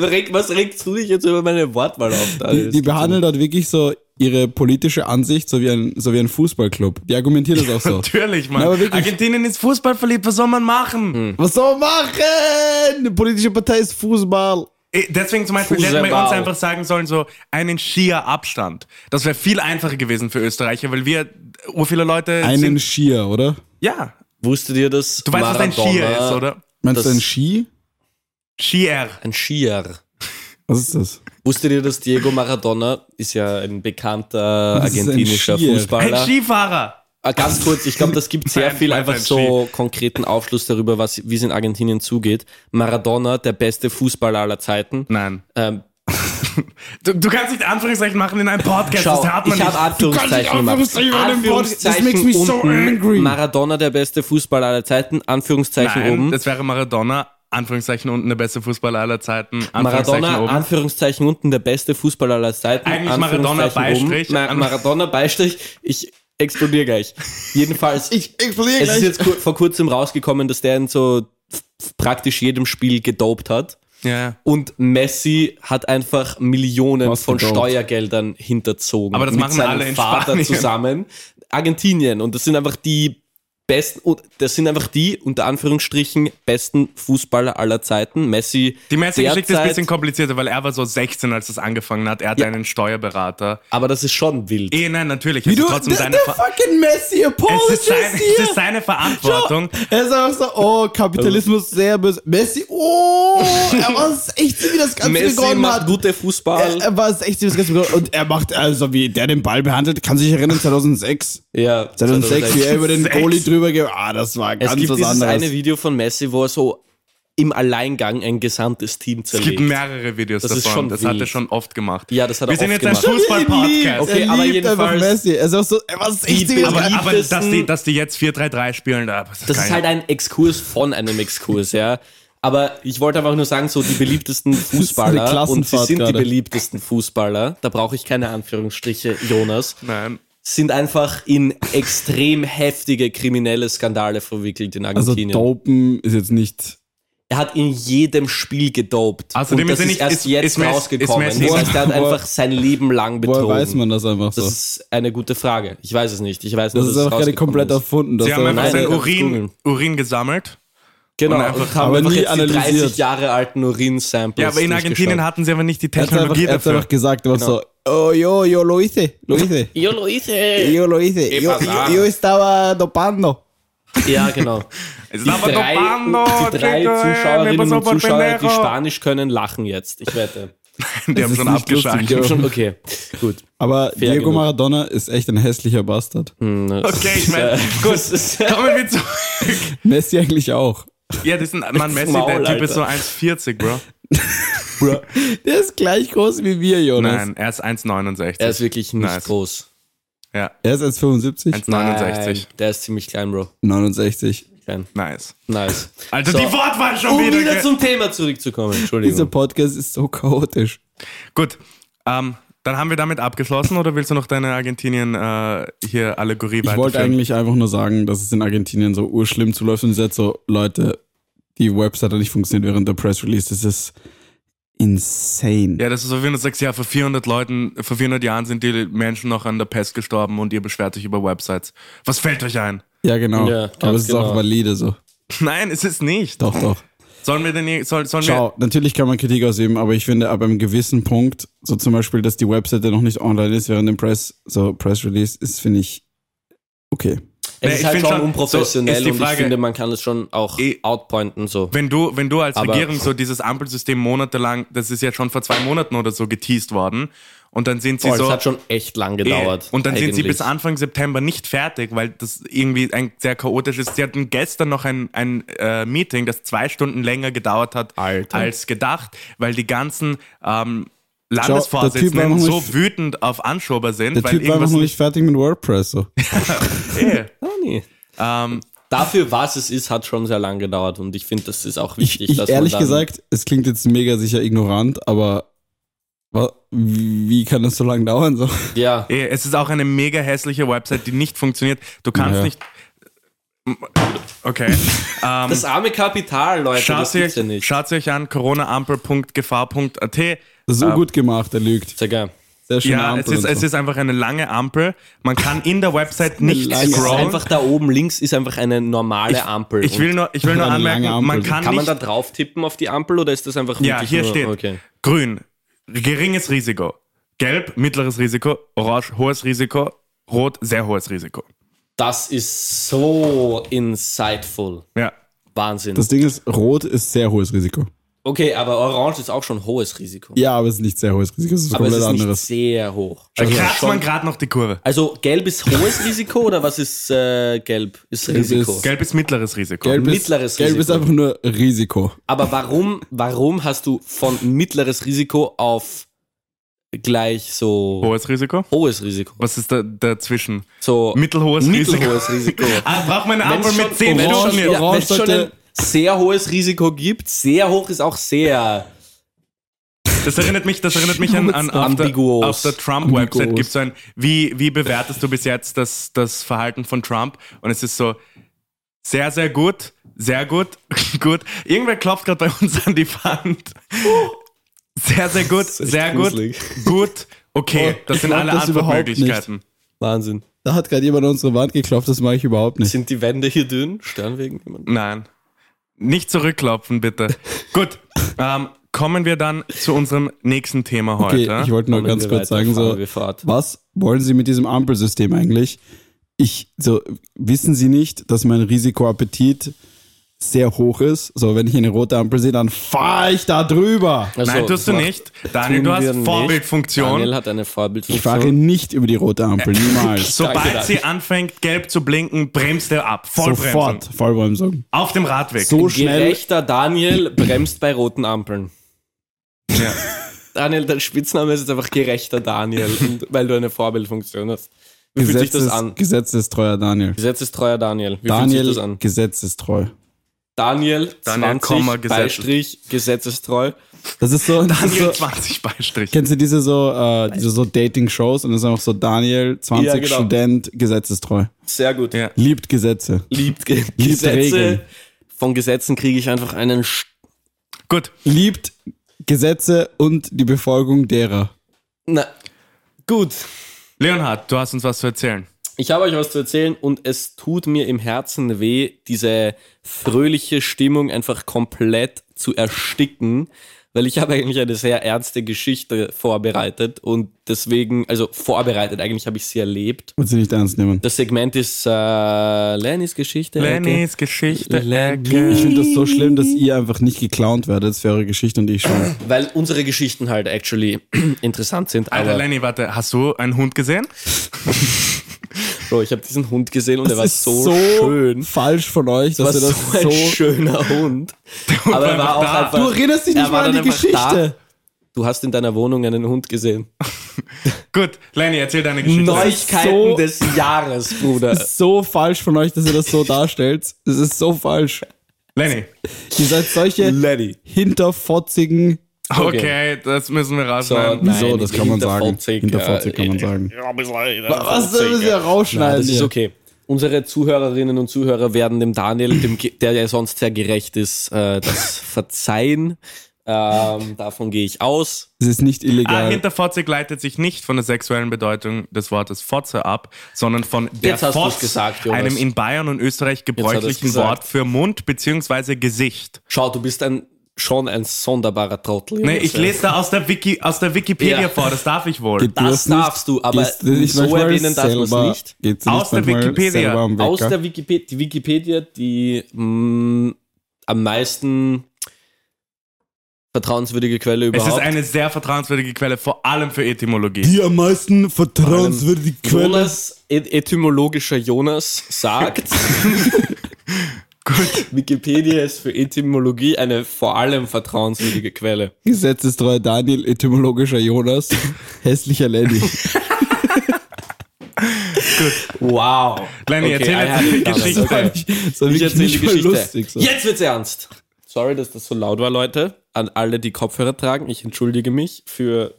Reg- Was regst du dich jetzt über meine Wortwahl auf? Da? die, die behandeln dort wirklich so ihre politische Ansicht so wie ein, so wie ein Fußballclub. Die argumentieren das *laughs* auch so. Natürlich, Mann. Na, aber wirklich. Hm. Argentinien ist Fußball verliebt, was soll man machen? Was soll man machen? Eine politische Partei ist Fußball. Eh, Deswegen zum Beispiel hätten wir Fußball. uns einfach sagen sollen, so einen schier Abstand. Das wäre viel einfacher gewesen für Österreicher, weil wir, ur viele Leute Einen sind, Skier, oder? ja, Wusstet ihr, dass du weißt, was ein Skier Maradona- ist, oder? Meinst Das- du einen Ski? Skier. Ein Skier. Was ist das? Wusstet ihr, dass Diego Maradona ist ja ein bekannter Das ist ein argentinischer Skier. Ein Fußballer? Skifahrer. Ah, Ganz kurz, ich glaube, das gibt sehr Nein, viel nein, einfach nein, so konkreten Aufschluss darüber, was- wie es in Argentinien zugeht. Maradona, der beste Fußballer aller Zeiten. Nein. Ähm, Du, du kannst nicht Anführungszeichen machen in einem Podcast, schau, das hat man ich habe nicht. Anführungszeichen gemacht. Anführungszeichen makes me so unten, angry. Maradona, der beste Fußballer aller Zeiten. Anführungszeichen Nein, oben. das wäre Maradona, Anführungszeichen unten, der beste Fußballer aller Zeiten, Anführungszeichen Maradona, oben. Anführungszeichen unten, der beste Fußballer aller Zeiten. Eigentlich Maradona, Anführungszeichen oben. Beistrich. Ma Maradona, Beistrich. Ich explodiere gleich. Jedenfalls. *laughs* Ich *laughs* explodiere Es ist jetzt kur vor kurzem rausgekommen, dass der in so f- f- praktisch jedem Spiel gedopt hat. ja. Und Messi hat einfach Millionen Was von gedopt? Steuergeldern hinterzogen. Aber das mit machen seinem alle in Vater Spanien. zusammen. Argentinien. Und das sind einfach die besten, und das sind einfach die, unter Anführungsstrichen, besten Fußballer aller Zeiten. Messi. Die Messi-Geschichte ist ein derzeit- bisschen komplizierter, weil er war so 16, als das angefangen hat. Er hatte Ja. einen Steuerberater. Aber das ist schon wild. Eh, nein, natürlich. Wie es ist du, trotzdem der, seine der Ver- fucking Messi Es ist, apologist sein, es ist hier. seine Verantwortung. Er ist einfach so, oh, Kapitalismus sehr böse. Messi, oh, er *laughs* war 16, wie das Ganze Messi begonnen macht hat. gute Fußball. Er, er war 16, wie das Ganze begonnen hat. Und er macht, also wie der den Ball behandelt, kann sich erinnern, 2006. ja, 2006, wie er über den 2006. Goalie drüber geht. Ah, das war Es ganz gibt was dieses anderes. eine *laughs* Video von Messi, wo er so im Alleingang ein gesamtes Team Es gibt zerlegt. mehrere Videos Das davon. ist schon das hat er wild. schon oft gemacht. Ja, das hat er Wir sind oft jetzt ein gemacht. Fußball-Podcast. Okay, Okay, er aber liebt einfach jedenfalls- Messi. Er ist auch so, er war 16, wie das aber- Ganze- Aber dass die, Liebsten- dass die jetzt 4-3-3 spielen, da, das, Das kann ist ich- halt ein Exkurs von einem Exkurs, ja. Aber ich wollte einfach nur sagen, so die *laughs* beliebtesten eine Fußballer und sie Klassenfahrt sind gerade. die beliebtesten Fußballer, da brauche ich keine Anführungsstriche, Jonas, Nein. sind einfach in extrem heftige kriminelle Skandale verwickelt in Also Argentinien. dopen ist jetzt nicht. er hat in jedem Spiel gedopt. Außerdem und das ist er ist nicht- erst ist- jetzt ist Messi- ist rausgekommen. Messi- das heißt, er hat Woher- einfach sein Leben lang betrogen. Woher weiß man das einfach so? Das Das ist, ist eine gute Frage. Ich weiß es nicht. Ich weiß nur, dass es einfach gerade rausgekommen komplett ist. halt erfunden. dass Sie haben er- einfach nein, seinen nein, Urin, googeln. Urin gesammelt. Genau, Und und einfach- haben aber einfach nie jetzt die analysiert. 30 Jahre alten Urin-Samples. Ja, aber in Argentinien durchgeschaut. hatten sie aber nicht die er hat einfach, Technologie er hat dafür. einfach gesagt, aber Genau. so, oh, yo, yo lo hice, *laughs* lo hice, Yo lo hice. yo lo hice, ¿Qué yo, pasa? yo, yo estaba dopando. Ja, genau. Es Die war drei, Topando, die drei Chico, eh, Zuschauerinnen Neposo und Zuschauer, die Porpenero. Spanisch können, lachen jetzt. Ich wette. Die haben ist schon nicht lustig, abgeschaltet. ja. Schon, okay, gut. Aber Fair Diego genug. Hm. Maradona ist echt ein hässlicher Bastard. Okay, ich äh, meine, *laughs* gut, *laughs* kommen wir zurück. Messi eigentlich auch. Ja, das ist ein Mann Messi, Maul, der Typ ist Alter. so 1,40, Bro. *laughs* Der ist gleich groß wie wir, Jonas. Nein, er ist 1,69. Er ist wirklich nicht Nice. groß. ja, Er ist als 75? 1,69. Nein, der ist ziemlich klein, Bro. 69. Klein. Nice. Nice. Alter, So. die Wortwahl schon Um wieder. wieder gell? zum Thema zurückzukommen, Dieser Entschuldigung. Podcast ist so chaotisch. Gut, ähm, dann haben wir damit abgeschlossen oder willst du noch deine Argentinien äh, hier Allegorie Ich wollte weiterführen? eigentlich einfach nur sagen, dass es in Argentinien so urschlimm zuläuft und ihr seid so, Leute, die Website hat nicht funktioniert während der Press Release. Das ist insane. Ja, das ist so, wenn du sagst, ja, vor 400 Leuten, vor 400 Jahren sind die Menschen noch an der Pest gestorben und ihr beschwert euch über Websites. Was fällt euch ein? *laughs* Ja, genau. Ja, ganz Aber es ist auch genau. valide so. Nein, es ist nicht. Doch, doch. Sollen wir denn, hier- soll, sollen wir, Schau, natürlich kann man Kritik ausüben, aber ich finde, ab einem gewissen Punkt, so zum Beispiel, dass die Webseite noch nicht online ist während dem Press, so Press Release, ist, finde ich, okay. Nee, Es ich ist halt find schon schon- so, ist unprofessionell die und ich Frage- finde, man kann es schon auch Eh. outpointen, so. wenn du, wenn du als Aber- Regierung so dieses Ampelsystem monatelang, das ist ja schon vor zwei Monaten oder so geteased worden und dann sind sie Boah, so. eh, das hat schon echt lang gedauert. Und dann sind sie bis eigentlich. Anfang September nicht fertig, weil das irgendwie ein sehr chaotisch ist. Sie hatten gestern noch ein, ein äh, Meeting, das zwei Stunden länger gedauert hat Alter. als gedacht, weil die ganzen ähm, Schau, der Typ war Landesvorsitzenden noch so nicht- wütend auf Anschober sind, Der weil Typ war irgendwas noch nicht fertig mit WordPress. So. Eh. Ah, nee. ähm, Dafür, was es ist, hat schon sehr lang gedauert und ich finde, das ist auch Ich, wichtig, ich dass ehrlich man dann, gesagt, es klingt jetzt mega sicher ignorant, aber wa- wie wie kann das so lange dauern? So? ja, eh, es ist auch eine mega hässliche Website, die nicht funktioniert. Du kannst Ja. nicht. Okay. ähm, das arme Kapital, Leute, Also das Schaut gibt's euch, ja nicht. schaut euch an, coronaampel.gefahr.at. So Ähm, gut gemacht, er lügt. Sehr geil. Sehr schön. Ja, es ist, es ist einfach eine lange Ampel. Man kann in der Website nicht lange Es ist Brown. scrollen. einfach da oben links ist einfach eine normale Ampel. ich will Und nur, ich will nur Eine lange anmerken, Ampel. man kann, kann man nicht. da drauf tippen auf die Ampel oder ist das einfach ja, wirklich hier nur, steht Okay. grün, geringes Risiko. Gelb, mittleres Risiko. Orange, hohes Risiko. Rot, sehr hohes Risiko. Das ist so insightful. Ja. Wahnsinn. das Ding ist, rot ist sehr hohes Risiko. okay, aber Orange ist auch schon hohes Risiko. Ja, aber es ist nicht sehr hohes Risiko, es ist was aber es komplett ist nicht anderes. sehr hoch. Da Also kratzt schon- man gerade noch die Kurve. also gelb ist hohes Risiko oder was ist äh, gelb? Ist Risiko. ist- Gelb ist mittleres Risiko. Gelb ist, mittleres Gelb ist Risiko. einfach nur Risiko. Aber warum, warum hast du von mittleres Risiko auf gleich so Hohes Risiko? hohes Risiko? Was ist da, dazwischen? So Mittelhohes mittelhohes Risiko. Ah, braucht man eine Ampel Wenn's mit schon- 10 wenn's Orange- Stufen? jetzt? schon, ja, Orange wenn's schon ein sollte- sehr hohes Risiko gibt, sehr hoch ist auch sehr. Das erinnert mich, das erinnert mich an, an auf, der, Ambiguos. auf der Trump-Website Ambiguos. gibt es ein, wie, wie bewertest du bis jetzt das, das Verhalten von Trump? Und es ist so, sehr, sehr gut, sehr gut, *laughs* gut. Irgendwer klopft gerade bei uns an die Wand. Sehr, sehr gut, echt sehr gut, gruselig. gut, okay. Oh, das ich sind glaub alle das überhaupt Antwortmöglichkeiten. Wahnsinn. Da hat gerade jemand an unsere Wand geklopft, das mache ich überhaupt nicht. Sind die Wände hier dünn? Stern wegen jemandem? Nein. Nicht zurückklopfen, bitte. gut, ähm, kommen wir dann zu unserem nächsten Thema Okay, heute. ich wollte nur ganz kurz sagen, so, Wir fort. was wollen Sie mit diesem Ampelsystem eigentlich? Ich, so, wissen Sie nicht, dass mein Risikoappetit sehr hoch ist? So, wenn ich eine rote Ampel sehe, dann fahre ich da drüber. Also, Nein, tust du mach- nicht. Daniel, du tun wir hast nicht. Vorbildfunktion. Daniel hat eine Ich fahre Vorbildfunktion. nicht über die *laughs* rote Ampel, niemals. Sobald Danke, sie anfängt, gelb zu blinken, bremst er ab. Vollbremsung. Sofort, Vollbremsung. Auf dem Radweg. So schnell. Gerechter Daniel bremst bei roten Ampeln. Ja. *laughs* Daniel, dein Spitzname ist jetzt einfach gerechter Daniel, und- weil du eine Vorbildfunktion hast. Wie fühlt sich das Gesetzes, an? gesetzestreuer Daniel. Gesetzestreuer Daniel. Wie fühlt sich das Daniel, an? gesetzestreu. Daniel, Daniel, 20, Komma, Gesetzes- Beistrich, gesetzestreu. Das ist so. Das ist so Daniel 20 Beistrich. Kennst du diese so, äh, diese so Dating-Shows und das ist einfach so Daniel, 20, Ja, genau. Student, gesetzestreu. Sehr gut. Ja. Liebt Gesetze. Liebt Ge Gesetze. Regeln. Von Gesetzen kriege ich einfach einen Sch Gut. Liebt Gesetze und die Befolgung derer. Na, gut. Leonhard, du hast uns was zu erzählen. Ich habe euch was zu erzählen und es tut mir im Herzen weh, diese fröhliche Stimmung einfach komplett zu ersticken, weil ich habe eigentlich eine sehr ernste Geschichte vorbereitet und deswegen, also vorbereitet, eigentlich habe ich sie erlebt. Willst du nicht ernst nehmen? Das Segment ist äh, Lennys Geschichte. Ecke. Lennys Geschichte. Lenny. Lenny. Ich finde das so schlimm, dass ihr einfach nicht geklaunt werdet für eure Geschichte und ich schon. Weil unsere Geschichten halt actually *clears throat* interessant sind. Alter, Aber, Lenny, warte, hast du einen Hund gesehen? Bro, ich habe diesen Hund gesehen und er war Das ist so, schön. falsch von euch, War dass ihr das so ein so... schöner *laughs* Hund. Aber er war auch einfach da. einfach. Du erinnerst dich er nicht war mal an die dann einfach Geschichte. Da. Du hast in deiner Wohnung einen Hund gesehen. Gut, Lenny, erzähl deine Geschichte. Neuigkeiten So- des Jahres, *laughs* Bruder. So falsch von euch, dass ihr das so darstellt. Es ist so falsch. Lenny. Ihr seid solche Lenny. hinterfotzigen... Okay, das müssen wir So, rausnehmen. nein, So, das kann man sagen. hinterfotzig, Hinterfotzig äh, kann man sagen. Was, Was das müssen wir rausschneiden Das ist hier. okay. Unsere Zuhörerinnen und Zuhörer werden dem Daniel, dem, Ge- der ja sonst sehr gerecht ist, äh, *laughs* das verzeihen. Ähm, davon gehe ich aus. Es ist nicht Ah, illegal. hinter Fotzig leitet sich nicht von der sexuellen Bedeutung des Wortes Fotze ab, sondern von der Jetzt hast du's Fotz, gesagt, Jonas. einem in Bayern und Österreich gebräuchlichen gesagt. Wort für Mund bzw. Gesicht. Schau, du bist ein, schon ein sonderbarer Trottel. Nee, Jonas. ich lese da aus der, Wiki, aus der Wikipedia Ja. vor, das darf ich wohl. Geht dir Das darfst du, aber Gehst du nicht so manchmal erwähnen darf man's selber- nicht? Gehst du Aus nicht der manchmal Wikipedia. selber am Aus Wecker? der Wikipedia, die Wikipedia, die mh, am meisten vertrauenswürdige Quelle es überhaupt. ist eine sehr vertrauenswürdige Quelle, vor allem für Etymologie. die am meisten vertrauenswürdige Quelle. Jonas, et- etymologischer Jonas *laughs* sagt, Gut. Wikipedia ist für Etymologie eine vor allem vertrauenswürdige Quelle. Gesetzestreuer Daniel, etymologischer Jonas, *laughs* hässlicher *laughs* Lenny. Wow. Lenny, erzähl jetzt die Geschichte. Das war Ich wirklich erzähle die nicht mal Geschichte. lustig. So. Jetzt wird's ernst. Sorry, dass das so laut war, Leute. An alle, die Kopfhörer tragen, ich entschuldige mich für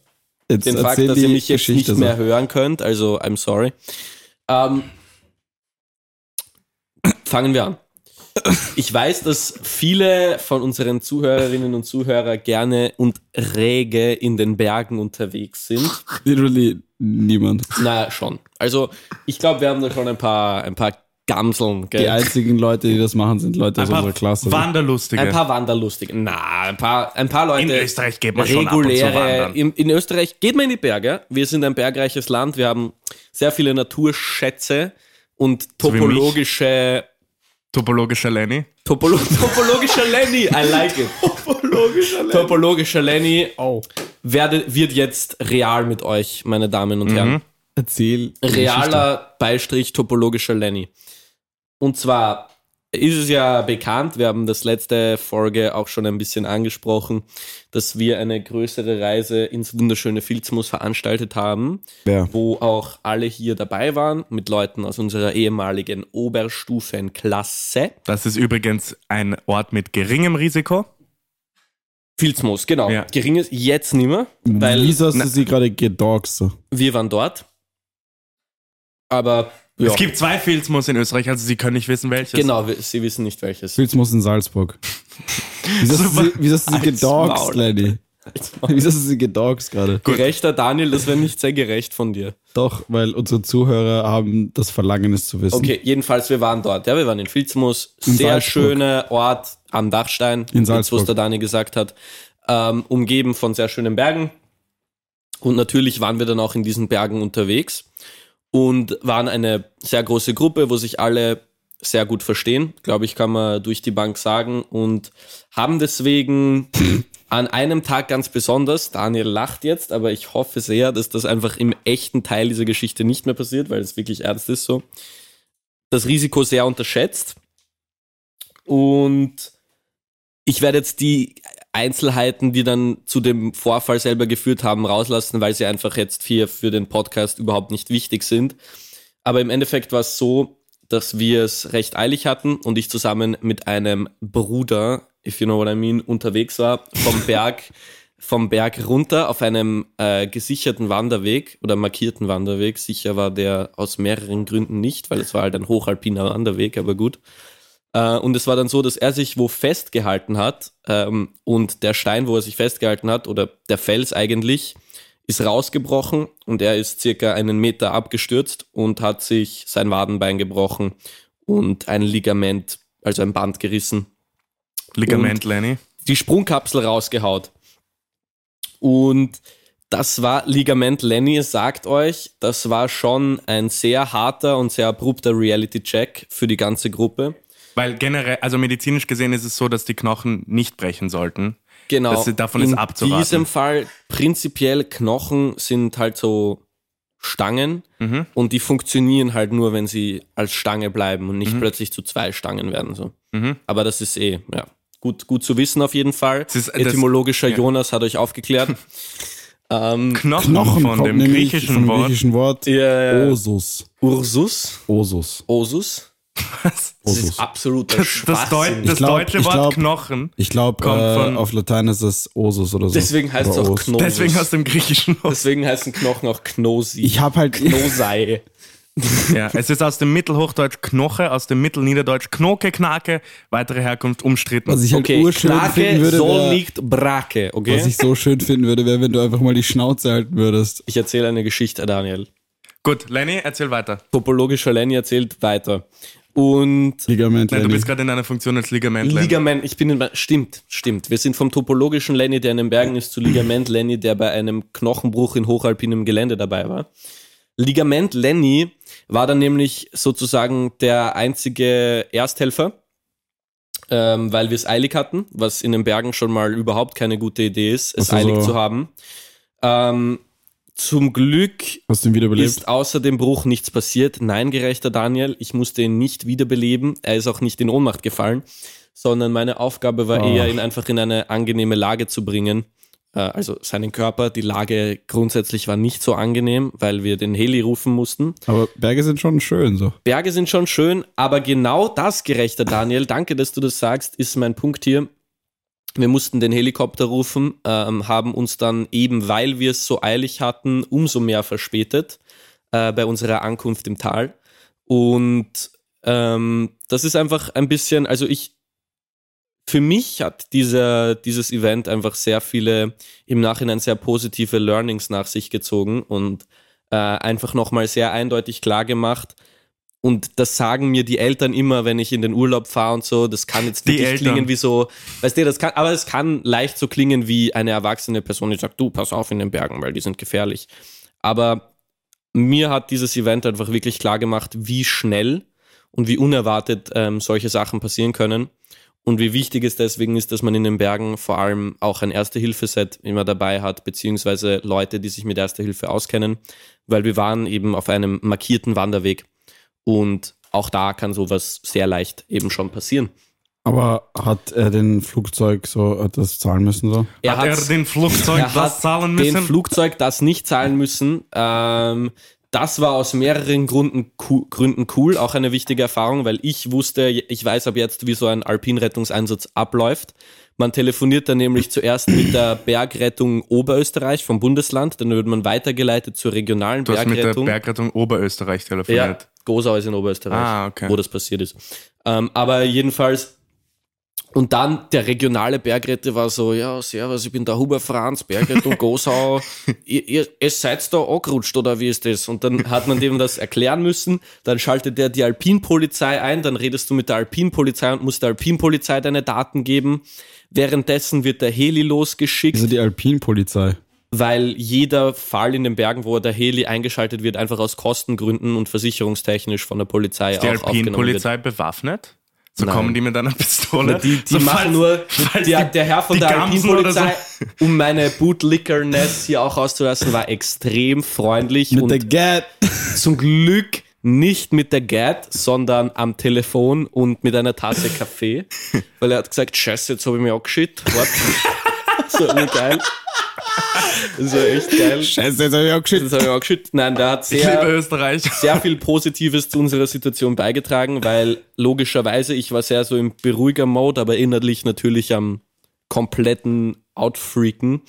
Jetzt den Fakt, erzähl dass die ihr mich jetzt Geschichte nicht mehr hören könnt. Also, I'm sorry. Ähm, fangen wir an. Ich weiß, dass viele von unseren Zuhörerinnen und Zuhörern gerne und rege in den Bergen unterwegs sind. So. Literally niemand. Na, schon. Also, ich glaube, wir haben da schon ein paar, ein paar Gamseln, Die gell? einzigen Leute, die das machen, sind Leute aus Ein paar unserer Klasse. Wanderlustige. Ein paar Wanderlustige. Na, ein paar, ein paar Leute. in Österreich geht man schon ab und zu reguläre. wandern. In, in Österreich geht man in die Berge. Wir sind ein bergreiches Land. Wir haben sehr viele Naturschätze und So wie mich. topologische. Topologischer Lenny. Topolo *laughs* topologischer Lenny. I like it. Topologischer Lenny. Topologischer Lenny. Oh. Werde, wird jetzt real mit euch, meine Damen Mhm. und Herren. Erzähl. die Geschichte. Realer Beistrich topologischer Lenny. Und zwar ist es ja bekannt, wir haben das letzte Folge auch schon ein bisschen angesprochen, dass wir eine größere Reise ins wunderschöne Filzmoos veranstaltet haben, Ja. wo auch alle hier dabei waren, mit Leuten aus unserer ehemaligen Oberstufenklasse. Das ist übrigens ein Ort mit geringem Risiko. Filzmoos, genau. Ja. Geringes, jetzt nimmer, weil ne- Wieso hast du sie gerade gedoggt? So? wir waren dort. Aber ja, Es gibt zwei Filzmus in Österreich, also Sie können nicht wissen, welches. genau, wir- sie wissen nicht welches. *laughs* Filz muss in Salzburg. Wieso hast du Super. sie, wieso hast du sie Als gedogst, Maul. Lenny? *laughs* Also, Wieso hast du sie gedogst gerade? Gerechter Daniel, das wäre nicht sehr gerecht von dir. Doch, weil unsere Zuhörer haben das Verlangen, es zu wissen. Okay, jedenfalls, wir waren dort. Ja, wir waren in Filzmoos. In sehr Salzburg. schöner Ort am Dachstein. In jetzt, Was Salzburg. der Dani gesagt hat. Ähm, umgeben von sehr schönen Bergen. Und natürlich waren wir dann auch in diesen Bergen unterwegs und waren eine sehr große Gruppe, wo sich alle sehr gut verstehen, glaube ich, kann man durch die Bank sagen und haben *laughs* deswegen an einem Tag ganz besonders, Daniel lacht jetzt, aber ich hoffe sehr, dass das einfach im echten Teil dieser Geschichte nicht mehr passiert, weil es wirklich ernst ist so, das Risiko sehr unterschätzt und ich werde jetzt die Einzelheiten, die dann zu dem Vorfall selber geführt haben, rauslassen, weil sie einfach jetzt hier für den Podcast überhaupt nicht wichtig sind. Aber im Endeffekt war es so, dass wir es recht eilig hatten und ich zusammen mit einem Bruder, if you know what I mean, unterwegs war, vom Berg, vom Berg runter auf einem äh, gesicherten Wanderweg oder markierten Wanderweg. Sicher war der aus mehreren Gründen nicht, weil es war halt ein hochalpiner Wanderweg, aber gut. Äh, und es war dann so, dass er sich wo festgehalten hat ähm, und der Stein, wo er sich festgehalten hat, oder der Fels eigentlich, ist rausgebrochen und er ist circa einen Meter abgestürzt und hat sich sein Wadenbein gebrochen und ein Ligament, also ein Band gerissen. Ligament, Lenny. Die Sprungkapsel rausgehaut. Und das war Ligament Lenny, es sagt euch, das war schon ein sehr harter und sehr abrupter Reality-Check für die ganze Gruppe. Weil generell, also medizinisch gesehen ist es so, dass die Knochen nicht brechen sollten. Genau. Das- davon in ist abzuraten. diesem Fall prinzipiell Knochen sind halt so Stangen Mhm. und die funktionieren halt nur, wenn sie als Stange bleiben und Mhm. nicht plötzlich zu zwei Stangen werden. So. Aber das ist eh, ja. Gut, gut zu wissen auf jeden Fall. Es ist- äh, das- Etymologischer Jonas hat euch aufgeklärt. *laughs* ähm, Knochen, Knochen von kommt dem nämlich griechischen vom Wort. griechischen Wort Ja. Osus. Ursus, Osus. Osus, das Osus. ist absoluter Das, das, Deut Schwachsinn. das glaub- deutsche ich Wort glaub- Knochen. Ich glaube, Kommt von- äh, auf Latein ist es Osus oder so. Deswegen heißt es Oder auch Os. Knosus. Deswegen aus dem griechischen Wort. Deswegen heißen Knochen auch Knosi. Ich habe halt. Knosei. Ja, es ist aus dem Mittelhochdeutsch Knoche, aus dem Mittelniederdeutsch Knoke, Knake, weitere Herkunft umstritten. *laughs* Was ich halt Okay, urschön Klage finden würde, soll wär- nicht Brake, okay? was ich Ich, so schön finden würde, wäre, wenn du einfach mal die Schnauze halten würdest. erzähle eine Geschichte, Daniel. Gut, Lenny, erzähl weiter. Topologischer Lenny erzählt weiter. Und Ligament. Nein, du Lenny. bist gerade in deiner Funktion als Ligament, Lenny. Ligament, ich bin in, stimmt, stimmt. Wir sind vom topologischen Lenny, der in den Bergen ist, zu Ligament Lenny, der bei einem Knochenbruch in hochalpinem Gelände dabei war. Ligament Lenny war dann nämlich sozusagen der einzige Ersthelfer, ähm, weil wir es eilig hatten, was in den Bergen schon mal überhaupt keine gute Idee ist, es Also so- eilig zu haben. Ähm, zum Glück Hast du ihn wieder überlebt? ist außer dem Bruch nichts passiert. Nein, gerechter Daniel, ich musste ihn nicht wiederbeleben. Er ist auch nicht in Ohnmacht gefallen, sondern meine Aufgabe war Ach. eher, ihn einfach in eine angenehme Lage zu bringen. Äh, Also seinen Körper. Die Lage grundsätzlich war nicht so angenehm, weil wir den Heli rufen mussten. Aber Berge sind schon schön so. Berge sind schon schön, aber genau das, gerechter Daniel, danke, dass du das sagst, ist mein Punkt hier. Wir mussten den Helikopter rufen, ähm, haben uns dann eben, weil wir es so eilig hatten, umso mehr verspätet äh, bei unserer Ankunft im Tal. Und ähm, das ist einfach ein bisschen, also ich, für mich hat dieser, dieses Event einfach sehr viele, im Nachhinein sehr positive Learnings nach sich gezogen und äh, einfach nochmal sehr eindeutig klar gemacht. Und das sagen mir die Eltern immer, wenn ich in den Urlaub fahre und so. Das kann jetzt Die wirklich Eltern. klingen wie so, weißt du, das kann, aber es kann leicht so klingen wie eine erwachsene Person, die sagt, du, pass auf in den Bergen, weil die sind gefährlich. Aber mir hat dieses Event einfach wirklich klar gemacht, wie schnell und wie unerwartet ähm, solche Sachen passieren können. Und wie wichtig es deswegen ist, dass man in den Bergen vor allem auch ein Erste-Hilfe-Set immer dabei hat, beziehungsweise Leute, die sich mit Erste-Hilfe auskennen, weil wir waren eben auf einem markierten Wanderweg und auch da kann sowas sehr leicht eben schon passieren. Aber hat er den Flugzeug so hat das zahlen müssen so? Hat er hat's- den Flugzeug er das hat zahlen Den müssen? Flugzeug das nicht zahlen müssen. Ähm, das war aus mehreren Gründen, cu- Gründen cool, auch eine wichtige Erfahrung, weil ich wusste, ich weiß ab jetzt, wie so ein Alpinrettungseinsatz abläuft. Man telefoniert dann nämlich zuerst mit der Bergrettung Oberösterreich vom Bundesland, dann wird man weitergeleitet zur regionalen du hast mit der Bergrettung. Bergrettung Oberösterreich Ja, telefoniert. Gosau ist in Oberösterreich, Ah, okay. wo das passiert ist. Ähm, aber jedenfalls, und dann der regionale Bergrette war so, ja, servus, ich bin der Huber Franz, Bergrettung Gosau, ihr, ihr, ihr seid da angerutscht oder wie ist das? Und dann hat man dem das erklären müssen, dann schaltet der die Alpinpolizei ein, dann redest du mit der Alpinpolizei und musst der Alpinpolizei deine Daten geben. Währenddessen wird der Heli losgeschickt Also die Alpinpolizei. weil jeder Fall in den Bergen, wo der Heli eingeschaltet wird, einfach aus Kostengründen und versicherungstechnisch von der Polizei Die auch aufgenommen wird. Alpinpolizei bewaffnet? So Nein. kommen die mit einer Pistole? Die, die so machen nur, falls der, die- der Herr von die der Gamsen oder so- Alpinpolizei, *laughs* um meine Bootlickerness hier auch auszulassen, war extrem freundlich Mit und der Gat. zum Glück nicht mit der Gat, sondern am Telefon und mit einer Tasse *laughs* Kaffee, weil er hat gesagt, scheiße, jetzt habe ich mich angeschickt. Warte. *laughs* so geil. Das war echt geil. Scheiße, jetzt hab ich auch Das geschützt. habe ich auch geschüttet. Nein, der hat Ich liebe sehr, Österreich. sehr viel Positives zu unserer Situation beigetragen, weil logischerweise ich war sehr so im beruhiger Mode, aber innerlich natürlich am kompletten Outfreaken.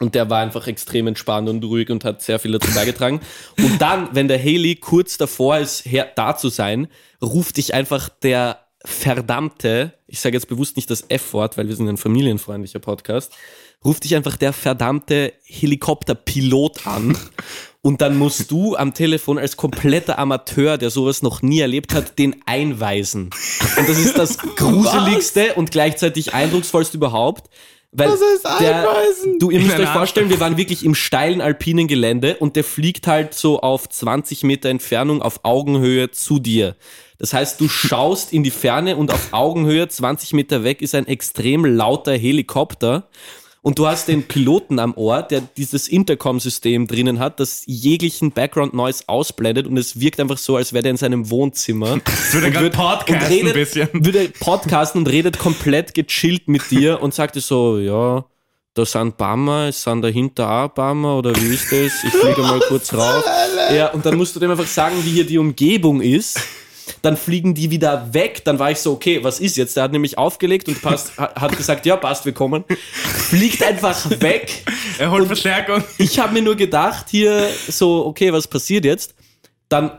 Und der war einfach extrem entspannt und ruhig und hat sehr viel dazu beigetragen. Und dann, wenn der Haley kurz davor ist, her, da zu sein, ruft dich einfach der verdammte, ich sage jetzt bewusst nicht das F-Wort, weil wir sind ein familienfreundlicher Podcast, ruft dich einfach der verdammte Helikopterpilot *laughs* an. Und dann musst du am Telefon als kompletter Amateur, der sowas noch nie erlebt hat, den *laughs* einweisen. Und das ist das gruseligste und gleichzeitig eindrucksvollste überhaupt, Weil Das heißt der, Ameisen. du, ihr müsst In euch einer vorstellen, wir waren wirklich im steilen alpinen Gelände und der fliegt halt so auf 20 Meter Entfernung auf Augenhöhe zu dir. Das heißt, du schaust in die Ferne und auf Augenhöhe 20 Meter weg ist ein extrem lauter Helikopter. Und du hast den Piloten am Ohr, der dieses Intercom-System drinnen hat, das jeglichen Background-Noise ausblendet und es wirkt einfach so, als wäre der in *laughs* seinem Wohnzimmer. Es würde gerade Podcast ein redet, bisschen. würde podcasten und redet komplett gechillt mit dir und sagte so, ja, da sind Bammer, es sind dahinter auch Bammer oder wie ist das? Ich fliege mal *laughs* kurz rauf. Ja, und dann musst du dem einfach sagen, wie hier die Umgebung ist. Dann fliegen die wieder weg. Dann war ich so, okay, was ist jetzt? Der hat nämlich aufgelegt und passt, ha- hat gesagt, ja, passt, wir kommen. Fliegt einfach weg. Er holt *laughs* Verstärkung. Ich habe mir nur gedacht, hier so, okay, was passiert jetzt? Dann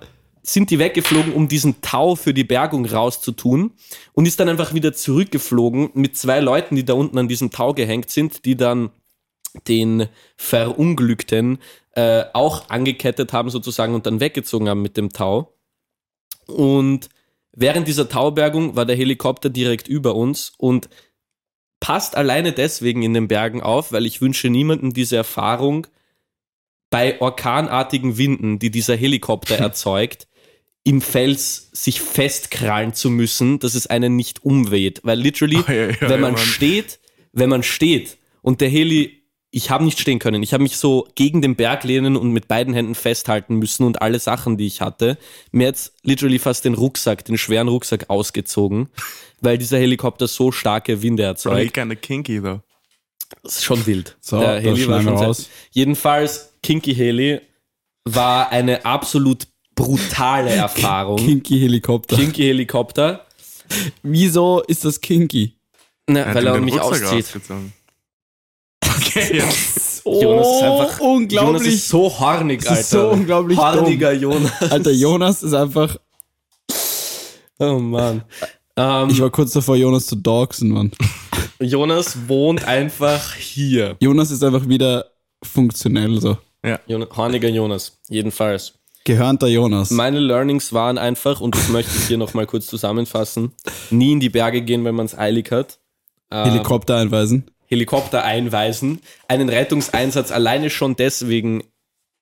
sind die weggeflogen, um diesen Tau für die Bergung rauszutun und ist dann einfach wieder zurückgeflogen mit zwei Leuten, die da unten an diesem Tau gehängt sind, die dann den Verunglückten äh, auch angekettet haben sozusagen und dann weggezogen haben mit dem Tau. Und während dieser Taubergung war der Helikopter direkt über uns und passt alleine deswegen in den Bergen auf, weil ich wünsche niemandem diese Erfahrung bei orkanartigen Winden, die dieser Helikopter erzeugt, im Fels sich festkrallen zu müssen, dass es einen nicht umweht. Weil literally, Oi, oi, oi, wenn man Mann. steht, wenn man steht und der Heli, ich habe nicht stehen können, ich habe mich so gegen den Berg lehnen und mit beiden Händen festhalten müssen und alle Sachen, die ich hatte, mir jetzt literally fast den Rucksack, den schweren Rucksack ausgezogen, weil dieser Helikopter so starke Winde erzeugt. Probably kinda eh kinky though. Das ist schon wild. So, das schneiden wir raus. Jedenfalls, Kinky Heli war eine absolut *laughs* brutale Erfahrung. Kinky Helikopter. Kinky Helikopter, Wieso ist das kinky? na, Er hat weil ihm er den mich Rucksack auszieht. ausgezogen. *laughs* Okay, jetzt. So Jonas ist einfach- Jonas ist so hornig, Oh, Das Alter. ist so unglaublich dumm. Horniger Jonas. *laughs* Alter, Jonas ist einfach. Oh Mann. Ähm, Ich war kurz davor, Jonas zu doxen, Mann. Jonas wohnt einfach hier. Jonas ist einfach wieder funktionell so. Jon horniger Jonas, jedenfalls. Gehörnter Jonas. Meine Learnings waren einfach, und das möchte ich hier nochmal kurz zusammenfassen, nie in die Berge gehen, wenn man es eilig hat. Ähm, Helikopter einweisen. Helikopter einweisen, einen Rettungseinsatz alleine schon deswegen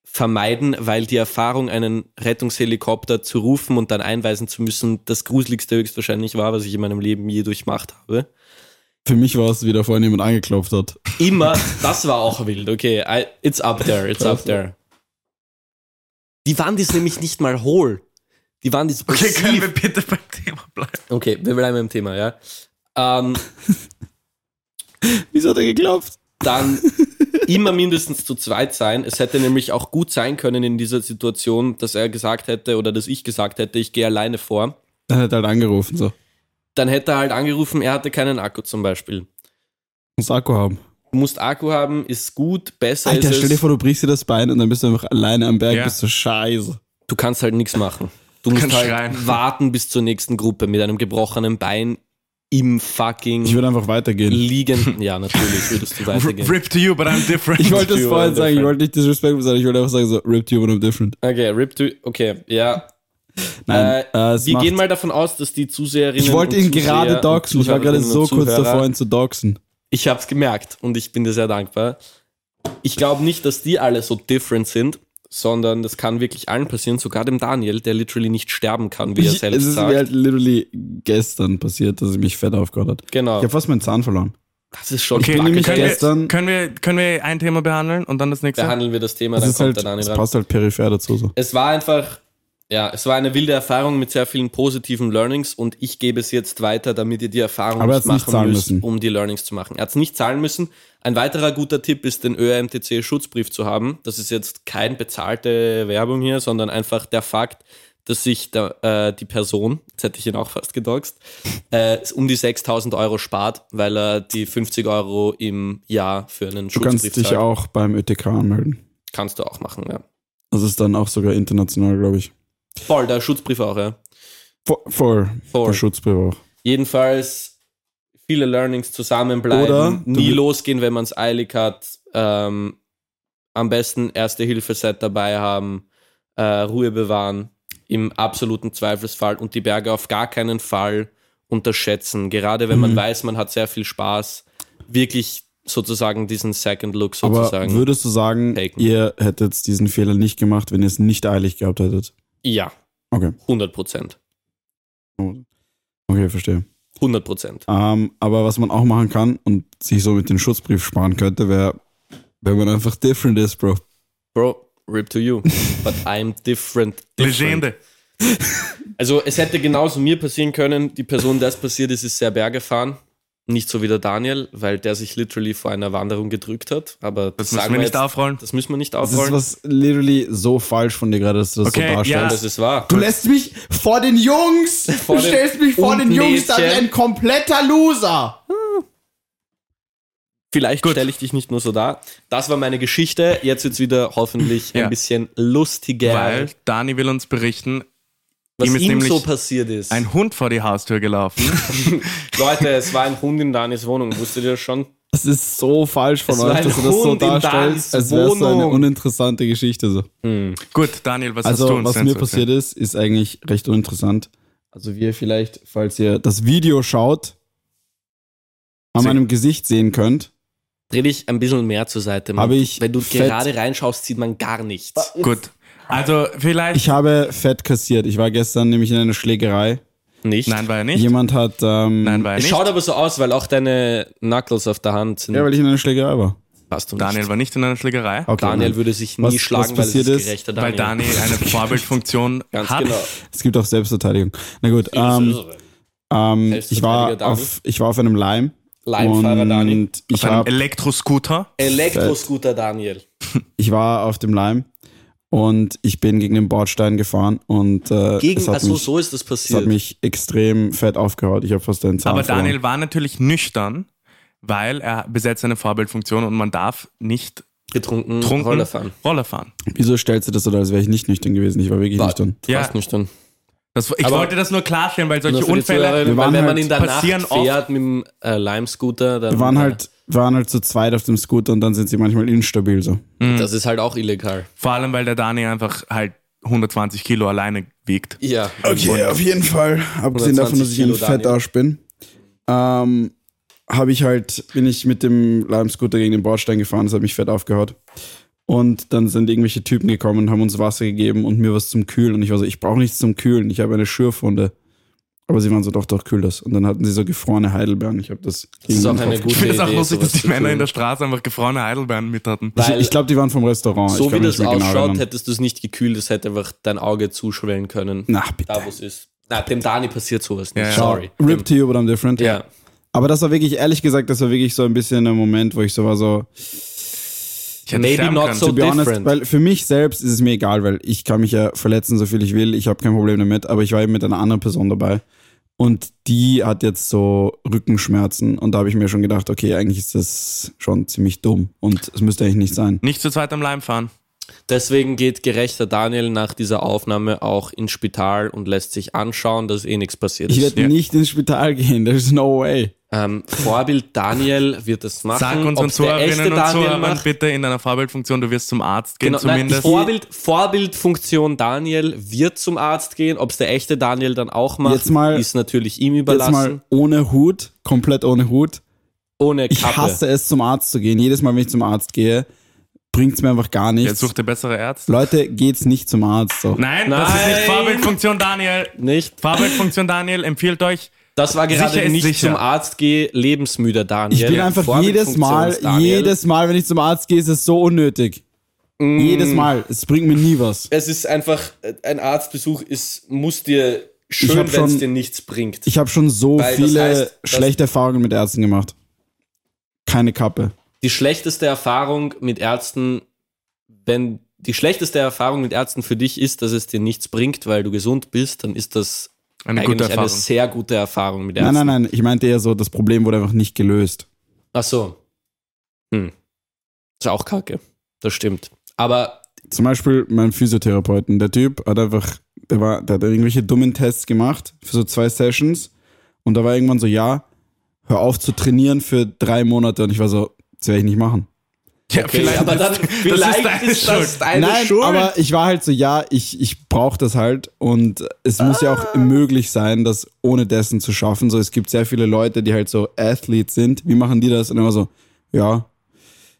vermeiden, weil die Erfahrung, einen Rettungshelikopter zu rufen und dann einweisen zu müssen, das gruseligste höchstwahrscheinlich war, was ich in meinem Leben je durchmacht habe. Für mich war es, wie da vorhin jemand angeklopft hat. Immer, das war auch wild, okay, I, it's up there, it's up there. Die Wand ist nämlich nicht mal hohl. Die Wand ist Okay, massiv. können wir bitte beim Thema bleiben? Okay, wir bleiben im Thema, ja. Ähm, Wieso hat er geklopft? dann immer mindestens zu zweit sein. Es hätte nämlich auch gut sein können in dieser Situation, dass er gesagt hätte oder dass ich gesagt hätte, ich gehe alleine vor. Dann hat er halt angerufen so. Dann hätte er halt angerufen, er hatte keinen Akku zum Beispiel. Muss Akku haben. Du musst Akku haben, ist gut, besser Alter, ist stell dir es. vor, du brichst dir das Bein und dann bist du einfach alleine am Berg, Ja. bist du scheiße. Du kannst halt nichts machen. Du musst kannst halt schreien. *laughs* warten bis zur nächsten Gruppe mit einem gebrochenen Bein im Ich fucking würde einfach weitergehen. liegenden. Ja, natürlich *laughs* würdest du R- weitergehen. Rip to you, but I'm different. Ich wollte das you, vorhin I'm sagen, ich different. wollte nicht disrespectful sein, ich wollte einfach sagen so, ripped you, but I'm different. Okay, Rip to. Okay, ja. Nein, äh, es wir macht- gehen mal davon aus, dass die Zuseherinnen. ich wollte und ihn Zuseher gerade und doxen, ich war gerade Zuhörerinnen so und kurz Zuhörer- davor, ihn zu doxen. Ich hab's gemerkt und ich bin dir sehr dankbar. Ich glaube nicht, dass die alle so different sind, sondern das kann wirklich allen passieren, sogar dem Daniel, der literally nicht sterben kann, wie er Ich- es selbst ist sagt. mir halt literally gestern passiert, dass ich mich fett aufgehört hat. Genau. Ich habe fast meinen Zahn verloren. das ist schon Okay, bin stark. nämlich können, gestern- wir, können, wir, können wir ein Thema behandeln und dann das nächste? Behandeln wir das Thema, Das dann ist kommt halt, der Daniel es ran. passt halt peripher dazu so. Es war einfach, ja, es war eine wilde Erfahrung mit sehr vielen positiven Learnings und ich gebe es jetzt weiter, damit ihr die Erfahrung Aber er hat's nicht zahlen müssen. um die Learnings zu machen. Er hat es nicht zahlen müssen. Ein weiterer guter Tipp ist, den ÖRMTC-Schutzbrief zu haben. Das ist jetzt keine bezahlte Werbung hier, sondern einfach der Fakt, dass sich der, äh, die Person, jetzt hätte ich ihn auch fast gedoxt, äh, um die 6000 Euro spart, weil er die 50 Euro im Jahr für einen Du Schutzbrief kannst dich zahlt. auch beim ÖTK anmelden. Kannst du auch machen, ja. Das ist dann auch sogar international, glaube ich. Voll, der Schutzbrief auch, ja. Vor, vor, Voll. vor Schutzbrief auch. Jedenfalls viele Learnings zusammenbleiben, Oder- nie du- losgehen, wenn man es eilig hat. Ähm, am besten Erste-Hilfe-Set dabei haben, äh, Ruhe bewahren im absoluten Zweifelsfall und die Berge auf gar Mhm. keinen Fall unterschätzen. Gerade wenn man weiß, man hat sehr viel Spaß, wirklich sozusagen diesen Second Look Aber sozusagen. würdest du sagen, taken. ihr hättet diesen Fehler nicht gemacht, wenn ihr es nicht eilig gehabt hättet? ja, Okay. 100 Prozent. Okay, verstehe. 100 Prozent. Ähm, aber was man auch machen kann und sich so mit dem Schutzbrief sparen könnte, wäre, wenn man einfach different ist, Bro. Bro, rip to *laughs* you. But I'm different. different. Legende. Also es hätte genauso mir passieren können. Die Person, der es passiert ist, ist sehr bergefahren. Nicht so wie der Daniel, weil der sich literally vor einer Wanderung gedrückt hat. Aber Das müssen wir nicht jetzt, aufrollen. Das müssen wir nicht Das ist aufrollen. Das ist, was literally so falsch von dir gerade, dass du das Okay, so darstellst. ja. wahr. Du lässt mich vor den Jungs! Vor du den- stellst mich vor und den Jungs, da bin ich Mädchen. ein kompletter Loser! Vielleicht stelle ich dich nicht nur so dar. Das war meine Geschichte. Jetzt wird's wieder hoffentlich Ja. ein bisschen lustiger, Weil Dani will uns berichten, was ihm ihm, ist nämlich so passiert ist. ein Hund vor die Haustür *laughs* gelaufen. Leute, es war ein Hund in Danis Wohnung. Wusstet ihr das schon? Das ist so falsch von Es war euch, ein dass du das so Hund in darstellst, Danis als wäre es so eine Wohnung. uninteressante Geschichte. So. Gut, Daniel, was hast du Also, uns was denn mir zu passiert ist, ist eigentlich recht uninteressant. Also, wie ihr vielleicht, falls ihr das Video schaut, an Sie- meinem Gesicht sehen könnt. Dreh dich ein bisschen mehr zur Seite. Mann. Habe ich Wenn du fett- gerade reinschaust, sieht man gar nichts. erzählen? Gut. Also vielleicht. Ich habe fett kassiert. Ich war gestern nämlich in einer Schlägerei. Nicht. Nein, war er nicht. Jemand hat. Ähm, Nein, war er es nicht. schaut aber so aus, weil auch deine Knuckles auf der Hand sind. ja, weil ich in einer Schlägerei war. passt du nicht. Daniel war nicht in einer Schlägerei, Okay, Daniel nein. würde sich nie Was- was schlagen, weil es passiert ist ist, gerechter weil Dani *laughs* eine Vorbildfunktion Ganz hat. genau. Es gibt auch Selbstverteidigung. Na gut. Ähm, ähm, ich, war Selbstverteidiger auf, ich war auf einem Leim. Leimfahrer und Daniel. Ich, Auf einem hab, Elektroscooter. Elektroscooter Daniel. ich war auf dem Leim und ich bin gegen den Bordstein gefahren und äh, Gegen, es hat also mich, so ist das es hat passiert. mich extrem fett aufgehaut. Ich habe fast einen Zahn Aber verloren. Daniel war natürlich nüchtern, weil er besetzt seine Vorbildfunktion und man darf nicht Getrunken, trunken Hm, Roller fahren. Roller fahren. Wieso stellst du das so dar, als wäre ich nicht nüchtern gewesen? Ich war wirklich War- nüchtern. Ja. Ja. Warst nicht dann. Das, ich Aber- wollte das nur klarstellen, weil Nur solche für die Unfälle. Zuhörerinnen, Wir weil waren wenn man halt- in der Nacht passieren oft- fährt mit dem äh, Lime-Scooter, dann äh, Wir waren halt, waren halt zu zweit auf dem Scooter und dann sind sie manchmal instabil so. Mhm. äh, das ist halt auch illegal. Vor allem, weil der Dani einfach halt 120 Kilo alleine wiegt. *laughs* Ja. Okay, auf jeden Fall. 120 Abgesehen davon, dass ich ein Kilo, Daniel. Fettarsch bin, ähm, habe ich halt, bin ich mit dem Lime-Scooter gegen den Bordstein gefahren, das hat mich fett aufgehaut. Und dann sind irgendwelche Typen gekommen und haben uns Wasser gegeben und mir was zum Kühlen. Und ich war so, ich brauche nichts zum Kühlen, ich habe eine Schürfwunde. Aber sie waren so, doch, doch, kühl das. Und dann hatten sie so gefrorene Heidelbeeren. Ich habe das Das ist auch eine Ich gute finde es auch Idee, lustig, dass sowas die zu Männer tun. in der Straße einfach gefrorene Heidelbeeren mit hatten. Weil- Ich glaube, die waren vom Restaurant. ich So wie kann mich das nicht mehr genau ausschaut, erinnern. hättest du es nicht gekühlt, es hätte einfach dein Auge zuschwellen können. Na, bitte. Da, wo es ist. Na, dem Dani passiert sowas nicht. Ja, ja. Sorry. Rip to you, but I'm different. Ja. Aber das war wirklich, ehrlich gesagt, das war wirklich so ein bisschen der Moment, wo ich so war so, Ich hätte Maybe sterben not können. so to be honest, different. weil für mich selbst ist es mir egal, weil ich kann mich ja verletzen, so viel ich will, ich habe kein Problem damit, aber ich war eben mit einer anderen Person dabei und die hat jetzt so Rückenschmerzen und da habe ich mir schon gedacht, okay, eigentlich ist das schon ziemlich dumm und es müsste eigentlich nicht sein. Nicht zu zweit am Leim fahren. Deswegen geht gerechter Daniel nach dieser Aufnahme auch ins Spital und lässt sich anschauen, dass eh nichts passiert Ich ist. werde Ja. nicht ins Spital gehen, there's no way. Ähm, Vorbild Daniel wird das machen. Sag unseren Ob's der echte Zuhörerinnen und Daniel Zuhörern macht- bitte in deiner Vorbildfunktion, du wirst zum Arzt gehen Genau, nein, zumindest. Vorbild, Vorbildfunktion Daniel wird zum Arzt gehen. Ob es der echte Daniel dann auch macht, Jetzt mal- ist natürlich ihm Jetzt überlassen. mal ohne Hut, komplett ohne Hut. ohne Ich Kappe. hasse es, zum Arzt zu gehen. Jedes Mal, wenn ich zum Arzt gehe, bringt's mir einfach gar nichts. Jetzt sucht der bessere Ärzte. Leute, geht's nicht zum Arzt. So. Nein, das ist Nein. nicht Vorbildfunktion Daniel. Nicht? Vorbildfunktion Daniel empfiehlt euch. Das war gerade Sicher ist nicht sicher. zum Arzt geh, lebensmüder Daniel. Ich bin einfach jedes Mal, Vorbildfunktions-Daniel. jedes Mal, wenn ich zum Arzt gehe, ist es so unnötig. Mm. Jedes Mal. Es bringt mir nie was. Es ist einfach, äh, ein Arztbesuch ist, muss dir Ich schön, hab wenn es schon- dir nichts bringt. Ich habe schon so Weil das viele heißt, dass- schlechte Erfahrungen mit Ärzten gemacht. Keine Kappe. die schlechteste Erfahrung mit Ärzten, wenn die schlechteste Erfahrung mit Ärzten für dich ist, dass es dir nichts bringt, weil du gesund bist, dann ist das Eine eigentlich gute eine Erfahrung. sehr gute Erfahrung mit Ärzten. Nein, nein, nein. Ich meinte eher so, das Problem wurde einfach nicht gelöst. Ach so. Hm. Ist auch kacke. Das stimmt. Aber Zum Beispiel mein Physiotherapeuten. Der Typ hat einfach, der, war, der hat irgendwelche dummen Tests gemacht für so zwei Sessions. Und da war irgendwann so, ja, hör auf zu trainieren für drei Monate. Und ich war so, das werde ich nicht machen. Ja, okay, *laughs* aber dann, vielleicht deine ist das Schuld. deine Nein, Schuld. aber ich war halt so, ja, ich, ich brauche das halt und es muss ja auch möglich sein, das ohne dessen zu schaffen. So, es gibt sehr viele Leute, die halt so Athletes sind. Wie machen die das? Und immer so, ja.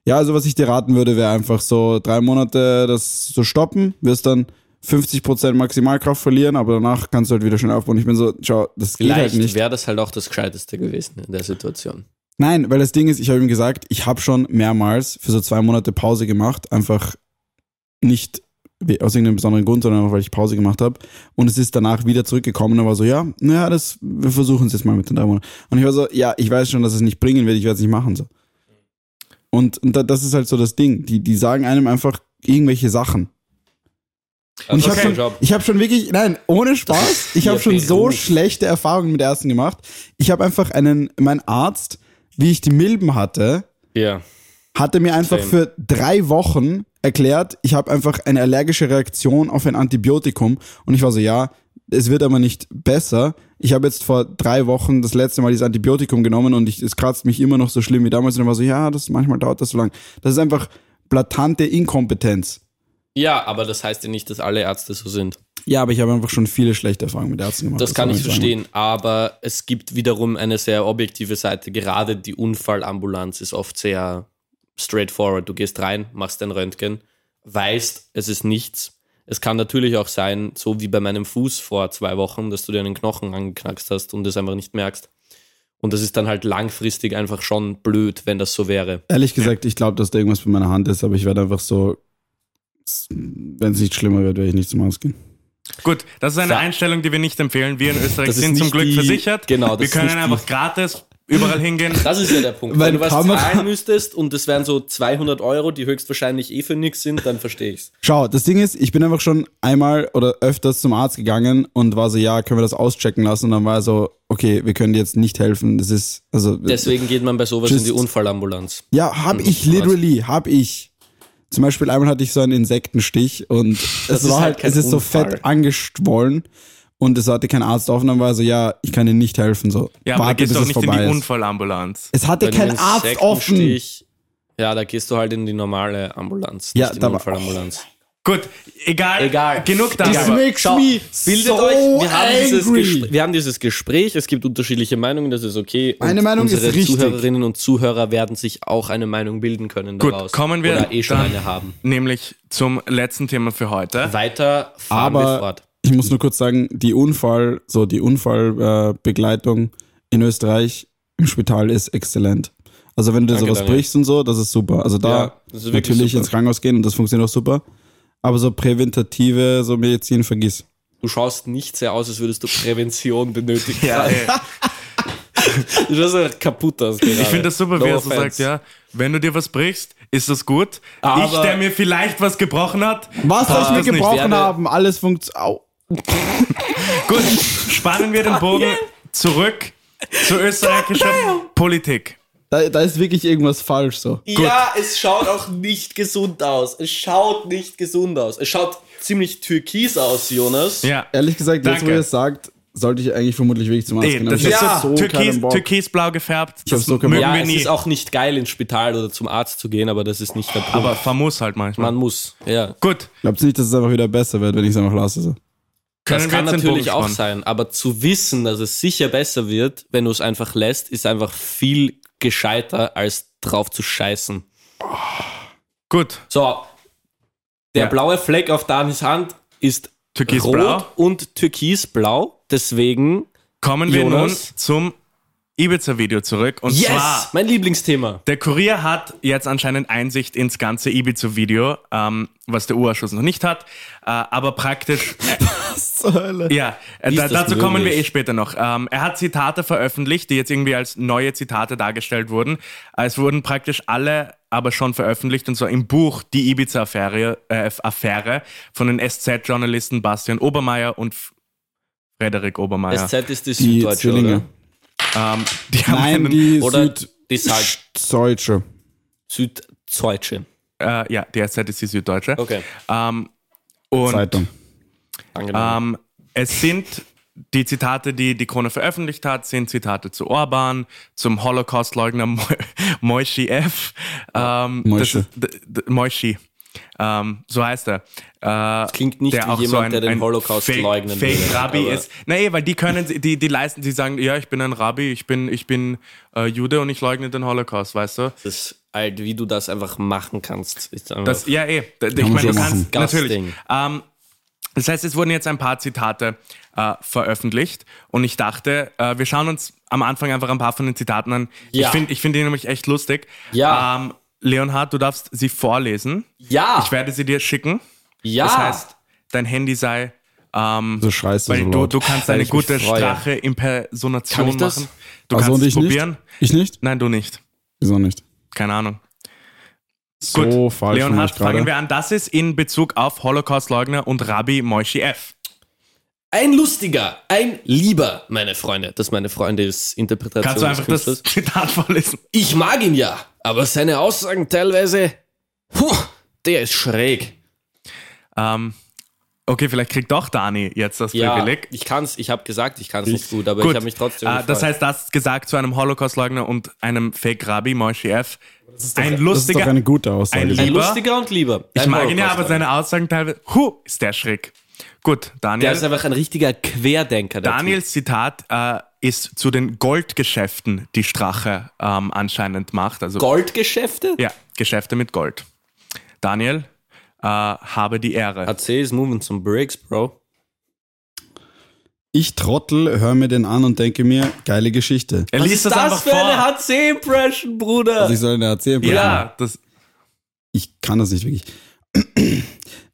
Ja, also was ich dir raten würde, wäre einfach so drei Monate das so stoppen, wirst dann 50% Maximalkraft verlieren, aber danach kannst du halt wieder schön aufbauen. Ich bin so, schau, das geht halt Vielleicht nicht. wäre das halt auch das Gescheiteste gewesen in der Situation. Nein, weil das Ding ist, ich habe ihm gesagt, ich habe schon mehrmals für so zwei Monate Pause gemacht, einfach nicht we- aus irgendeinem besonderen Grund, sondern einfach, weil ich Pause gemacht habe. Und es ist danach wieder zurückgekommen und war so, ja, naja, das, wir versuchen es jetzt mal mit den drei Monaten. Und ich war so, ja, ich weiß schon, dass es nicht bringen wird, ich werde es nicht machen. So. Und, und da, das ist halt so das Ding. Die, die sagen einem einfach irgendwelche Sachen. Und ich Also, habe okay. schon, ich hab schon wirklich, nein, ohne Spaß, ich habe Ja, schon so Beruf. schlechte Erfahrungen mit Ärzten gemacht. Ich habe einfach einen, mein Arzt, wie ich die Milben hatte, ja. hatte mir einfach Same. für drei Wochen erklärt, ich habe einfach eine allergische Reaktion auf ein Antibiotikum. Und ich war so, ja, es wird aber nicht besser. Ich habe jetzt vor drei Wochen das letzte Mal dieses Antibiotikum genommen und ich, es kratzt mich immer noch so schlimm wie damals. Und er war so, ja, das manchmal dauert das so lang. Das ist einfach blatante Inkompetenz. ja, aber das heißt ja nicht, dass alle Ärzte so sind. Ja, aber ich habe einfach schon viele schlechte Erfahrungen mit Ärzten gemacht. Das kann soll ich sagen. verstehen, aber es gibt wiederum eine sehr objektive Seite. Gerade die Unfallambulanz ist oft sehr straightforward. Du gehst rein, machst dein Röntgen, weißt, es ist nichts. Es kann natürlich auch sein, so wie bei meinem Fuß vor zwei Wochen, dass du dir einen Knochen angeknackst hast und das einfach nicht merkst. Und das ist dann halt langfristig einfach schon blöd, wenn das so wäre. Ehrlich gesagt, ich glaube, dass da irgendwas bei meiner Hand ist, aber ich werde einfach so, wenn es nicht schlimmer wird, werde ich nicht zum Arzt gehen. Gut, das ist eine Sa- Einstellung, die wir nicht empfehlen. Wir in Österreich Das ist sind zum nicht Glück die- versichert. genau, das wir ist können nicht einfach die- gratis überall hingehen. Das ist ja der Punkt. Weil Wenn du was Kamera- zahlen müsstest und das wären so 200 Euro, die höchstwahrscheinlich eh für nichts sind, dann verstehe ich's. Schau, das Ding ist, ich bin einfach schon einmal oder öfters zum Arzt gegangen und war so, ja, können wir das auschecken lassen? Und dann war er so, okay, wir können dir jetzt nicht helfen. Das ist, also, Deswegen geht man bei sowas Just- in die Unfallambulanz. ja, hab Mhm, ich, literally, hab ich. Zum Beispiel einmal hatte ich so einen Insektenstich und es ist war halt halt, kein es ist so Unfall. fett angeschwollen und es hatte kein Arzt auf und dann war er so, ja, ich kann dir nicht helfen, so. Ja, aber Warte, gehst bis doch es nicht in vorbei die ist. Unfallambulanz. Es hatte Bei einem kein Arzt offen. Insektenstich- Ja, da gehst du halt in die normale Ambulanz, Ja, nicht in da die war- Unfallambulanz. Gut, Oh. egal. Egal. Genug darüber. Das makes Schau, me Bildet so euch, wir haben, dieses angry. Gespr- wir haben dieses Gespräch, es gibt unterschiedliche Meinungen, das ist okay. Meine Meinung ist unsere richtig. Zuhörerinnen und Zuhörer werden sich auch eine Meinung bilden können Gut, daraus. kommen wir Oder eh schon dann- eine haben. Nämlich zum letzten Thema für heute. Weiter fahren wir Aber fort. ich muss nur kurz sagen, die Unfall, so die Unfallbegleitung äh, Begleitung in Österreich im Spital ist exzellent. Also wenn du dir Danke, sowas Daniel. brichst und so, das ist super. Also Ja, da das ist wirklich natürlich super. ins Krankenhaus gehen und das funktioniert auch super. Aber so präventative, so Medizin vergiss. Du schaust nicht sehr aus, als würdest du Prävention benötigen. Ja, ey. *laughs* Du schaust halt kaputt aus gerade. Ich finde das super, No wie er so offense. sagt, ja, wenn du dir was brichst, ist das gut. Aber- ich, der mir vielleicht was gebrochen hat. Was, was passt wir das nicht. gebrochen werde- haben, alles funktioniert. Gut, spannen wir den Bogen zurück zur österreichischen Politik. Da, da ist wirklich irgendwas falsch so. Ja, es schaut auch nicht gesund aus. Es schaut nicht gesund aus. Es schaut ziemlich türkis aus, Jonas. Ja. Ehrlich gesagt, jetzt Danke. wo ihr es sagt, sollte ich eigentlich vermutlich wirklich zum Arzt Ey, gehen. das aber ich ist hab so türkis, keinen Bock. türkisblau gefärbt. hab Das so keinen mögen Bock. Ja, wir es nie. ist auch nicht geil, ins Spital oder zum Arzt zu gehen, aber das ist nicht der Punkt. Aber famos halt manchmal. man muss. Ja. Gut, Glaubst du nicht, dass es einfach wieder besser wird, wenn ich es einfach lasse? So? können Das wir kann jetzt den natürlich Bogen auch spannen? sein, aber zu wissen, dass es sicher besser wird, wenn du es einfach lässt, ist einfach viel gescheiter, als drauf zu scheißen. Gut, So, der Ja. blaue Fleck auf Danis Hand ist türkisblau. rot und türkisblau. Deswegen, Kommen wir Jonas? nun zum Ibiza-Video zurück. Und yes, zwar mein Lieblingsthema. Der Kurier hat jetzt anscheinend Einsicht ins ganze Ibiza-Video, ähm, was der U-Ausschuss noch nicht hat, äh, aber praktisch, Zur Hölle. ja, äh, Wie ist da, das dazu kommen wir möglich? eh später noch. Ähm, er hat Zitate veröffentlicht, die jetzt irgendwie als neue Zitate dargestellt wurden. Äh, Es wurden praktisch alle aber schon veröffentlicht, und zwar im Buch Die Ibiza-Affäre äh, Affäre von den SZ-Journalisten Bastian Obermeier und F- Frederik Obermeier. SZ ist die Die Süddeutsche, Zwillinge. oder? Ähm, die haben Nein, einen- die Oder Süd die Salz Deutsche. Süddeutsche. Ah, äh, ja, die SZ ist die Süddeutsche. Okay. Ähm, und Zeitung. Angenehm. Ähm, es sind die Zitate, die die Krone veröffentlicht hat, sind Zitate zu Orban, zum Holocaust-Leugner Mo *laughs* Moishi F. Ähm, Moishi. das ist- d- d- Moishi. Ähm, so heißt er. Äh, Klingt nicht wie jemand, der den Holocaust Fake, leugnen Fake würde, Rabbi aber- ist. Nee, weil die können, die, die leisten, die sagen, ja, ich bin ein Rabbi, ich bin, ich bin äh, Jude und ich leugne den Holocaust, weißt du? das alt, wie du das einfach machen kannst. Ist einfach- Das, ja, eh. Da- Ich muss meine, du ich kannst machen. natürlich. Gasting. Ähm, das heißt, es wurden jetzt ein paar Zitate äh, veröffentlicht und ich dachte, äh, wir schauen uns am Anfang einfach ein paar von den Zitaten an. Ja. Ich finde ich find die nämlich echt lustig. Ja. Ähm, Leonhard, du darfst sie vorlesen. ja, Ich werde sie dir schicken. ja. Das heißt, dein Handy sei. Ähm, So schreist du weil so du, laut. du kannst eine ich mich gute freue. Sprache-Impersonation Kann ich das? machen. Du also kannst und es ich probieren. nicht? Ich nicht? Nein, du nicht. Wieso nicht? Keine Ahnung. So falsch von Leonhard, euch fangen gerade. wir an. Das ist in Bezug auf Holocaust-Leugner und Rabbi Moishi F. Ein lustiger, ein lieber, meine Freunde. Das meine Freunde ist Interpretation Kannst du des einfach das Künstlers. Zitat vorlesen? Ich mag ihn ja, aber seine Aussagen teilweise, puh, der ist schräg. Ähm, okay, vielleicht kriegt doch Dani jetzt das Ja, Privileg. ich kann's, ich habe gesagt, ich kann's nicht gut, aber Gut. ich habe mich trotzdem äh, das gefreut. heißt, das gesagt zu einem Holocaust-Leugner und einem Fake-Rabbi Moishi F. ein Das ist doch lustiger, eine gute Aussage. ein ein lieber- lustiger und lieber. ich Ein mag ihn ja, aber Holocaust-Leugner. seine Aussagen teilweise, hu, ist der schräg. Gut, Der Daniel. ist einfach ein richtiger Querdenker. Der Daniels Zitat äh, ist zu den Goldgeschäften, die Strache ähm, anscheinend macht. Also Typ. Goldgeschäfte? Ja, Geschäfte mit Gold. Daniel, äh, habe die Ehre. AC is moving some bricks, Bro. Ich Trottel, höre mir den an und denke mir, geile Geschichte. er liest das einfach vor. HC-Impression, Bruder? Also ich soll eine erzählen. ja, das, Ich kann das nicht wirklich.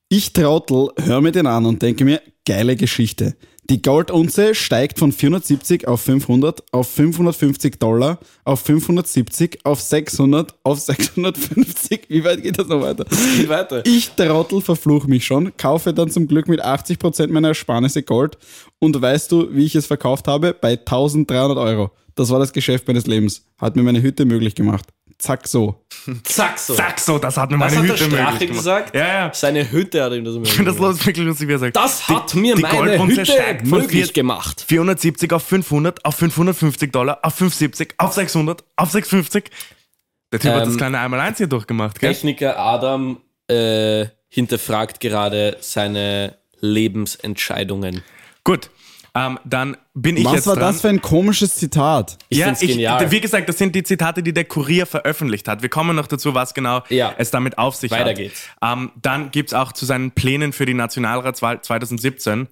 Ich Trottel, höre mir den an und denke mir, geile Geschichte. Die Goldunze steigt von 470 auf 500, auf 550 Dollar, auf 570, auf 600, auf 650. Wie weit geht das noch weiter? Geht *laughs* weiter. Ich Trottel verfluch mich schon, kaufe dann zum Glück mit 80% meiner Ersparnisse Gold und weißt du, wie ich es verkauft habe? Bei 1300 Euro. Das war das Geschäft meines Lebens. Hat mir meine Hütte möglich gemacht. Zack, so. Zack so. sag so, das hat mir meine hat der Hütte Strache möglich gemacht. gesagt? Ja, ja. Seine Hütte hat ihm das Ich finde möglich das los, wirklich lustig, wie er sagt. Das hat mir die meine Goldunze Hütte steigt von möglich vier- gemacht. 470 auf 500, auf 550 Dollar, auf 570, auf 600, auf 650. Der Typ hat Ähm, das kleine Einmaleins hier durchgemacht, gell? Techniker Adam äh, hinterfragt gerade seine *laughs* Lebensentscheidungen. Gut, ähm, dann bin ich Was jetzt war dran. das für ein komisches Zitat? Ich ja, find's ich, genial. wie gesagt, das sind die Zitate, die der Kurier veröffentlicht hat. Wir kommen noch dazu, was genau Ja. es damit auf sich hat. Weiter geht's. Ähm, dann gibt's auch zu seinen Plänen für die Nationalratswahl 2017.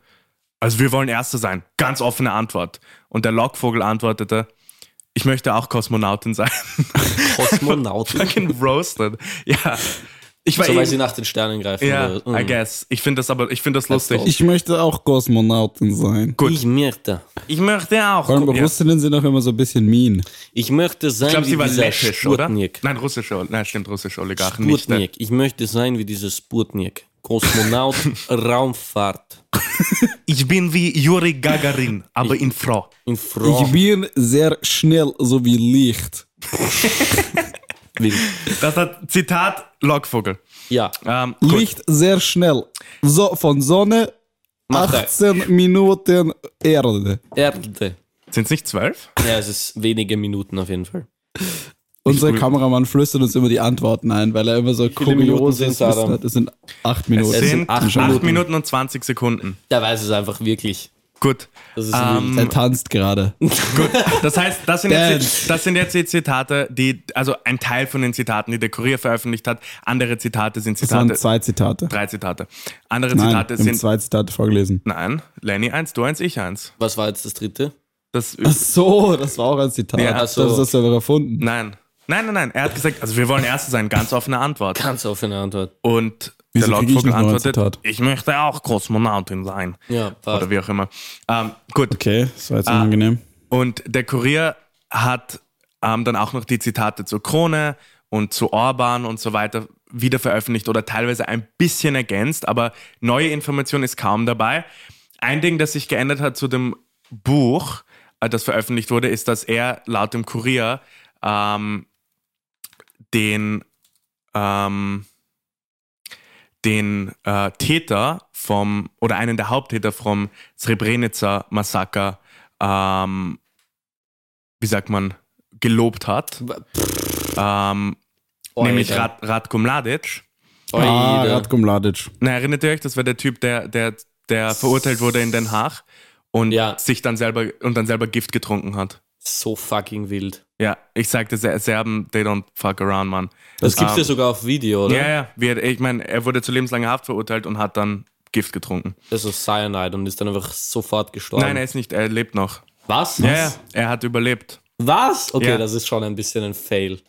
Also wir wollen Erste sein. Ganz offene Antwort. Und der Lockvogel antwortete, ich möchte auch Kosmonautin sein. *laughs* Kosmonauten. Fucking roasted. Ja. Ich war so, weil sie eben, nach den Sternen greifen. ja, oder- Mhm. I guess. Ich finde das aber, ich finde das lustig. all. Ich möchte auch Kosmonautin sein. Gut. Ich möchte. Ich möchte auch. Vor allem Ja. Ich Russinnen sind auch immer so ein bisschen mean. Ich möchte sein glaube, wie sie war dieser lettisch, oder? Sputnik. Nein, russische, nein, stimmt, russische Oligarchen nicht. Ne? Sputnik. Ich möchte sein wie dieser Sputnik. *laughs* Kosmonaut, Raumfahrt. Ich bin wie Juri Gagarin, aber in Frau. In Frau. bin sehr schnell, so wie Licht. Das hat Zitat Lockvogel. Ja. Ähm, gut. Licht sehr schnell. So von Sonne Mach da. 18 Minuten Erde. Erde. Sind es nicht zwölf? Ja, es ist wenige Minuten auf jeden Fall. Unser Kameramann flüstert uns immer die Antworten ein, weil er immer so viele Minuten kuriose sind's, Wissen Adam? hat. Es sind acht Es Minuten. sind, acht, acht Minuten. Minuten. und 20 Sekunden. Der weiß es einfach wirklich. Gut. Das ist Ähm, er tanzt gerade. gut. Das heißt, das sind, jetzt, Dance. das sind jetzt die Zitate, die, also ein Teil von den Zitaten, die der Kurier veröffentlicht hat. Andere Zitate sind Das waren Zitate. zwei Zitate. drei Zitate. Andere Nein, Zitate wir haben sind. zwei Zitate vorgelesen. Nein, Lenny eins, du eins, ich eins. Was war jetzt das dritte? Das, Ach so, das war auch ein Zitat. Ja, das ach so. hast du selber erfunden. nein. Nein, nein, nein. Er hat gesagt, also wir wollen Erste sein. Ganz offene Antwort. Ganz offene Antwort. Und Wieso der krieg ich Lockvogel nicht noch ein antwortet, Zitat? ich möchte auch Kosmonautin sein. Ja, passt. Oder wie auch immer. Ähm, gut. Okay, das war jetzt unangenehm. Und der Kurier hat ähm, dann auch noch die Zitate zur Krone und zu Orban und so weiter wieder veröffentlicht oder teilweise ein bisschen ergänzt, aber neue Information ist kaum dabei. Ein Ding, das sich geändert hat zu dem Buch, äh, das veröffentlicht wurde, ist, dass er laut dem Kurier ähm, den, ähm, den äh, Täter vom, oder einen der Haupttäter vom Srebrenica-Massaker, ähm, wie sagt man, gelobt hat. Ähm, Oh, nämlich Rad, Radko Mladic. Ah, Oida. Radko Mladic. Na, erinnert ihr euch, das war der Typ, der, der, der verurteilt wurde in Den Haag und Ja. sich dann selber und dann selber Gift getrunken hat. So fucking wild. Ja, ich sagte, Se- Serben, they don't fuck around, Mann. Das gibt's Ähm, ja sogar auf Video, oder? Ja, ja. Wie, er- ich meine, er wurde zu lebenslanger Haft verurteilt und hat dann Gift getrunken. Also Cyanide und ist dann einfach sofort gestorben. Nein, er ist nicht, er lebt noch. Was? Ja, ja, er hat *laughs* überlebt. Was? Okay, Ja. das ist schon ein bisschen ein Fail.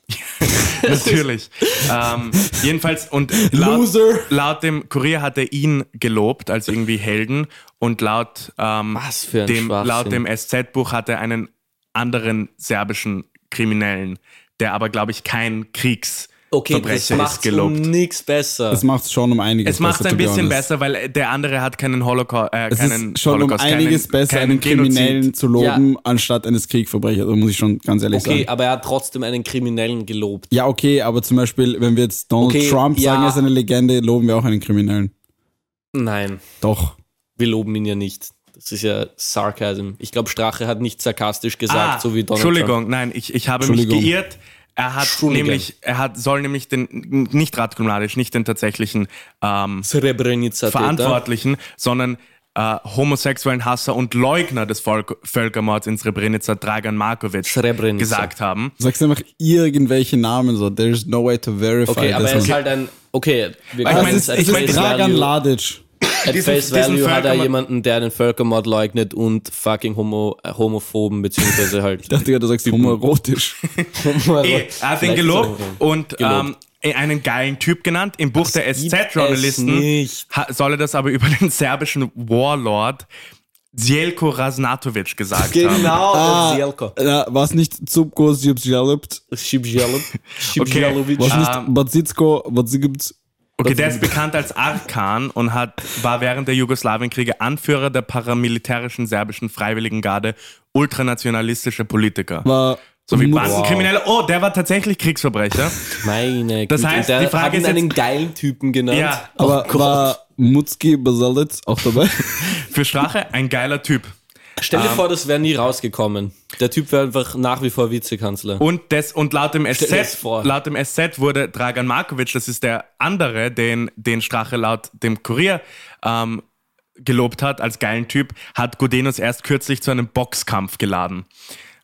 Natürlich. ähm, jedenfalls, *laughs* und laut, Loser! laut dem Kurier hat er ihn gelobt als irgendwie Helden und laut, ähm, Was für ein dem, Schwachsinn. laut dem SZ-Buch hat er einen anderen serbischen Kriminellen, der aber, glaube ich, kein okay, das um Kriegsverbrecher ist, macht gelobt. nichts besser. Das macht es schon um einiges Es macht besser, ein to be bisschen honest. besser, weil der andere hat keinen Holocaust. Äh, Es keinen ist schon um Holocaust, einiges keinen, besser, keinen einen Kriminellen Genozid. zu loben, anstatt eines Kriegsverbrechers. Da muss ich schon ganz ehrlich okay, um sagen. aber er hat trotzdem einen Kriminellen gelobt. Ja, okay, aber zum Beispiel, wenn wir jetzt Donald Okay, Trump sagen, ja. er ist eine Legende, loben wir auch einen Kriminellen. Nein, Doch. wir loben ihn ja nicht. Das ist ja Sarcasm. Ich glaube, Strache hat nicht sarkastisch gesagt, Ah, so wie Donald Entschuldigung, Trump. nein, ich, ich habe mich Entschuldigung. geirrt. Er hat Entschuldigung. nämlich, er hat, soll nämlich den, n- nicht Ratko Mladic, nicht den tatsächlichen ähm, Srebrenica Verantwortlichen, sondern äh, homosexuellen Hasser und Leugner des Volk Völkermords in Srebrenica, Dragan Markovic, Srebrenica. gesagt haben. Sagst einfach irgendwelche Namen so. There's no way to verify Okay, aber this er ist one. halt ein. Okay, wir Weil ich Das meine, ist, es- at es ich meine, ist face Dragan value- Ladic. At Diesen- face diesen value hat er Völkermord- jemanden, der einen Völkermord leugnet und fucking homo, äh, homophoben, beziehungsweise *laughs* halt. Ich dachte gerade, du sagst homoerotisch. Eh, er hat ihn gelobt und ähm, Gelobt. eh, einen geilen Typ genannt. Im Buch der gibt es SZ-Journalisten nicht. ha- soll er das aber über den serbischen Warlord Zjelko Raznatovic gesagt haben. Genau, Ah. und Sielko. Ja, was nicht Zubko Zubzjalupt, Schibjalow. Schibjalowic. was Ah. nicht Bazitsko, was sie gibt. Okay, der ist bekannt als Arkan und hat, war während der Jugoslawienkriege Anführer der paramilitärischen serbischen Freiwilligengarde, ultranationalistische Politiker. War So wie Mut- Bandenkriminelle. Oh, der war tatsächlich Kriegsverbrecher. Meine Das Güte, heißt, der die Frage hat ihn ist jetzt- einen geilen Typen genannt. Oh Ja. Aber war Mutski Basalitz auch *laughs* dabei? Für Strache ein geiler Typ. Stell dir vor, das wäre nie rausgekommen. Der Typ wäre einfach nach wie vor Vizekanzler. Und, des, und laut, dem dir das SZ, vor. laut dem SZ wurde Dragan Markovic, das ist der andere, den, den Strache laut dem Kurier ähm, gelobt hat, als geilen Typ, hat Gudenus erst kürzlich zu einem Boxkampf geladen.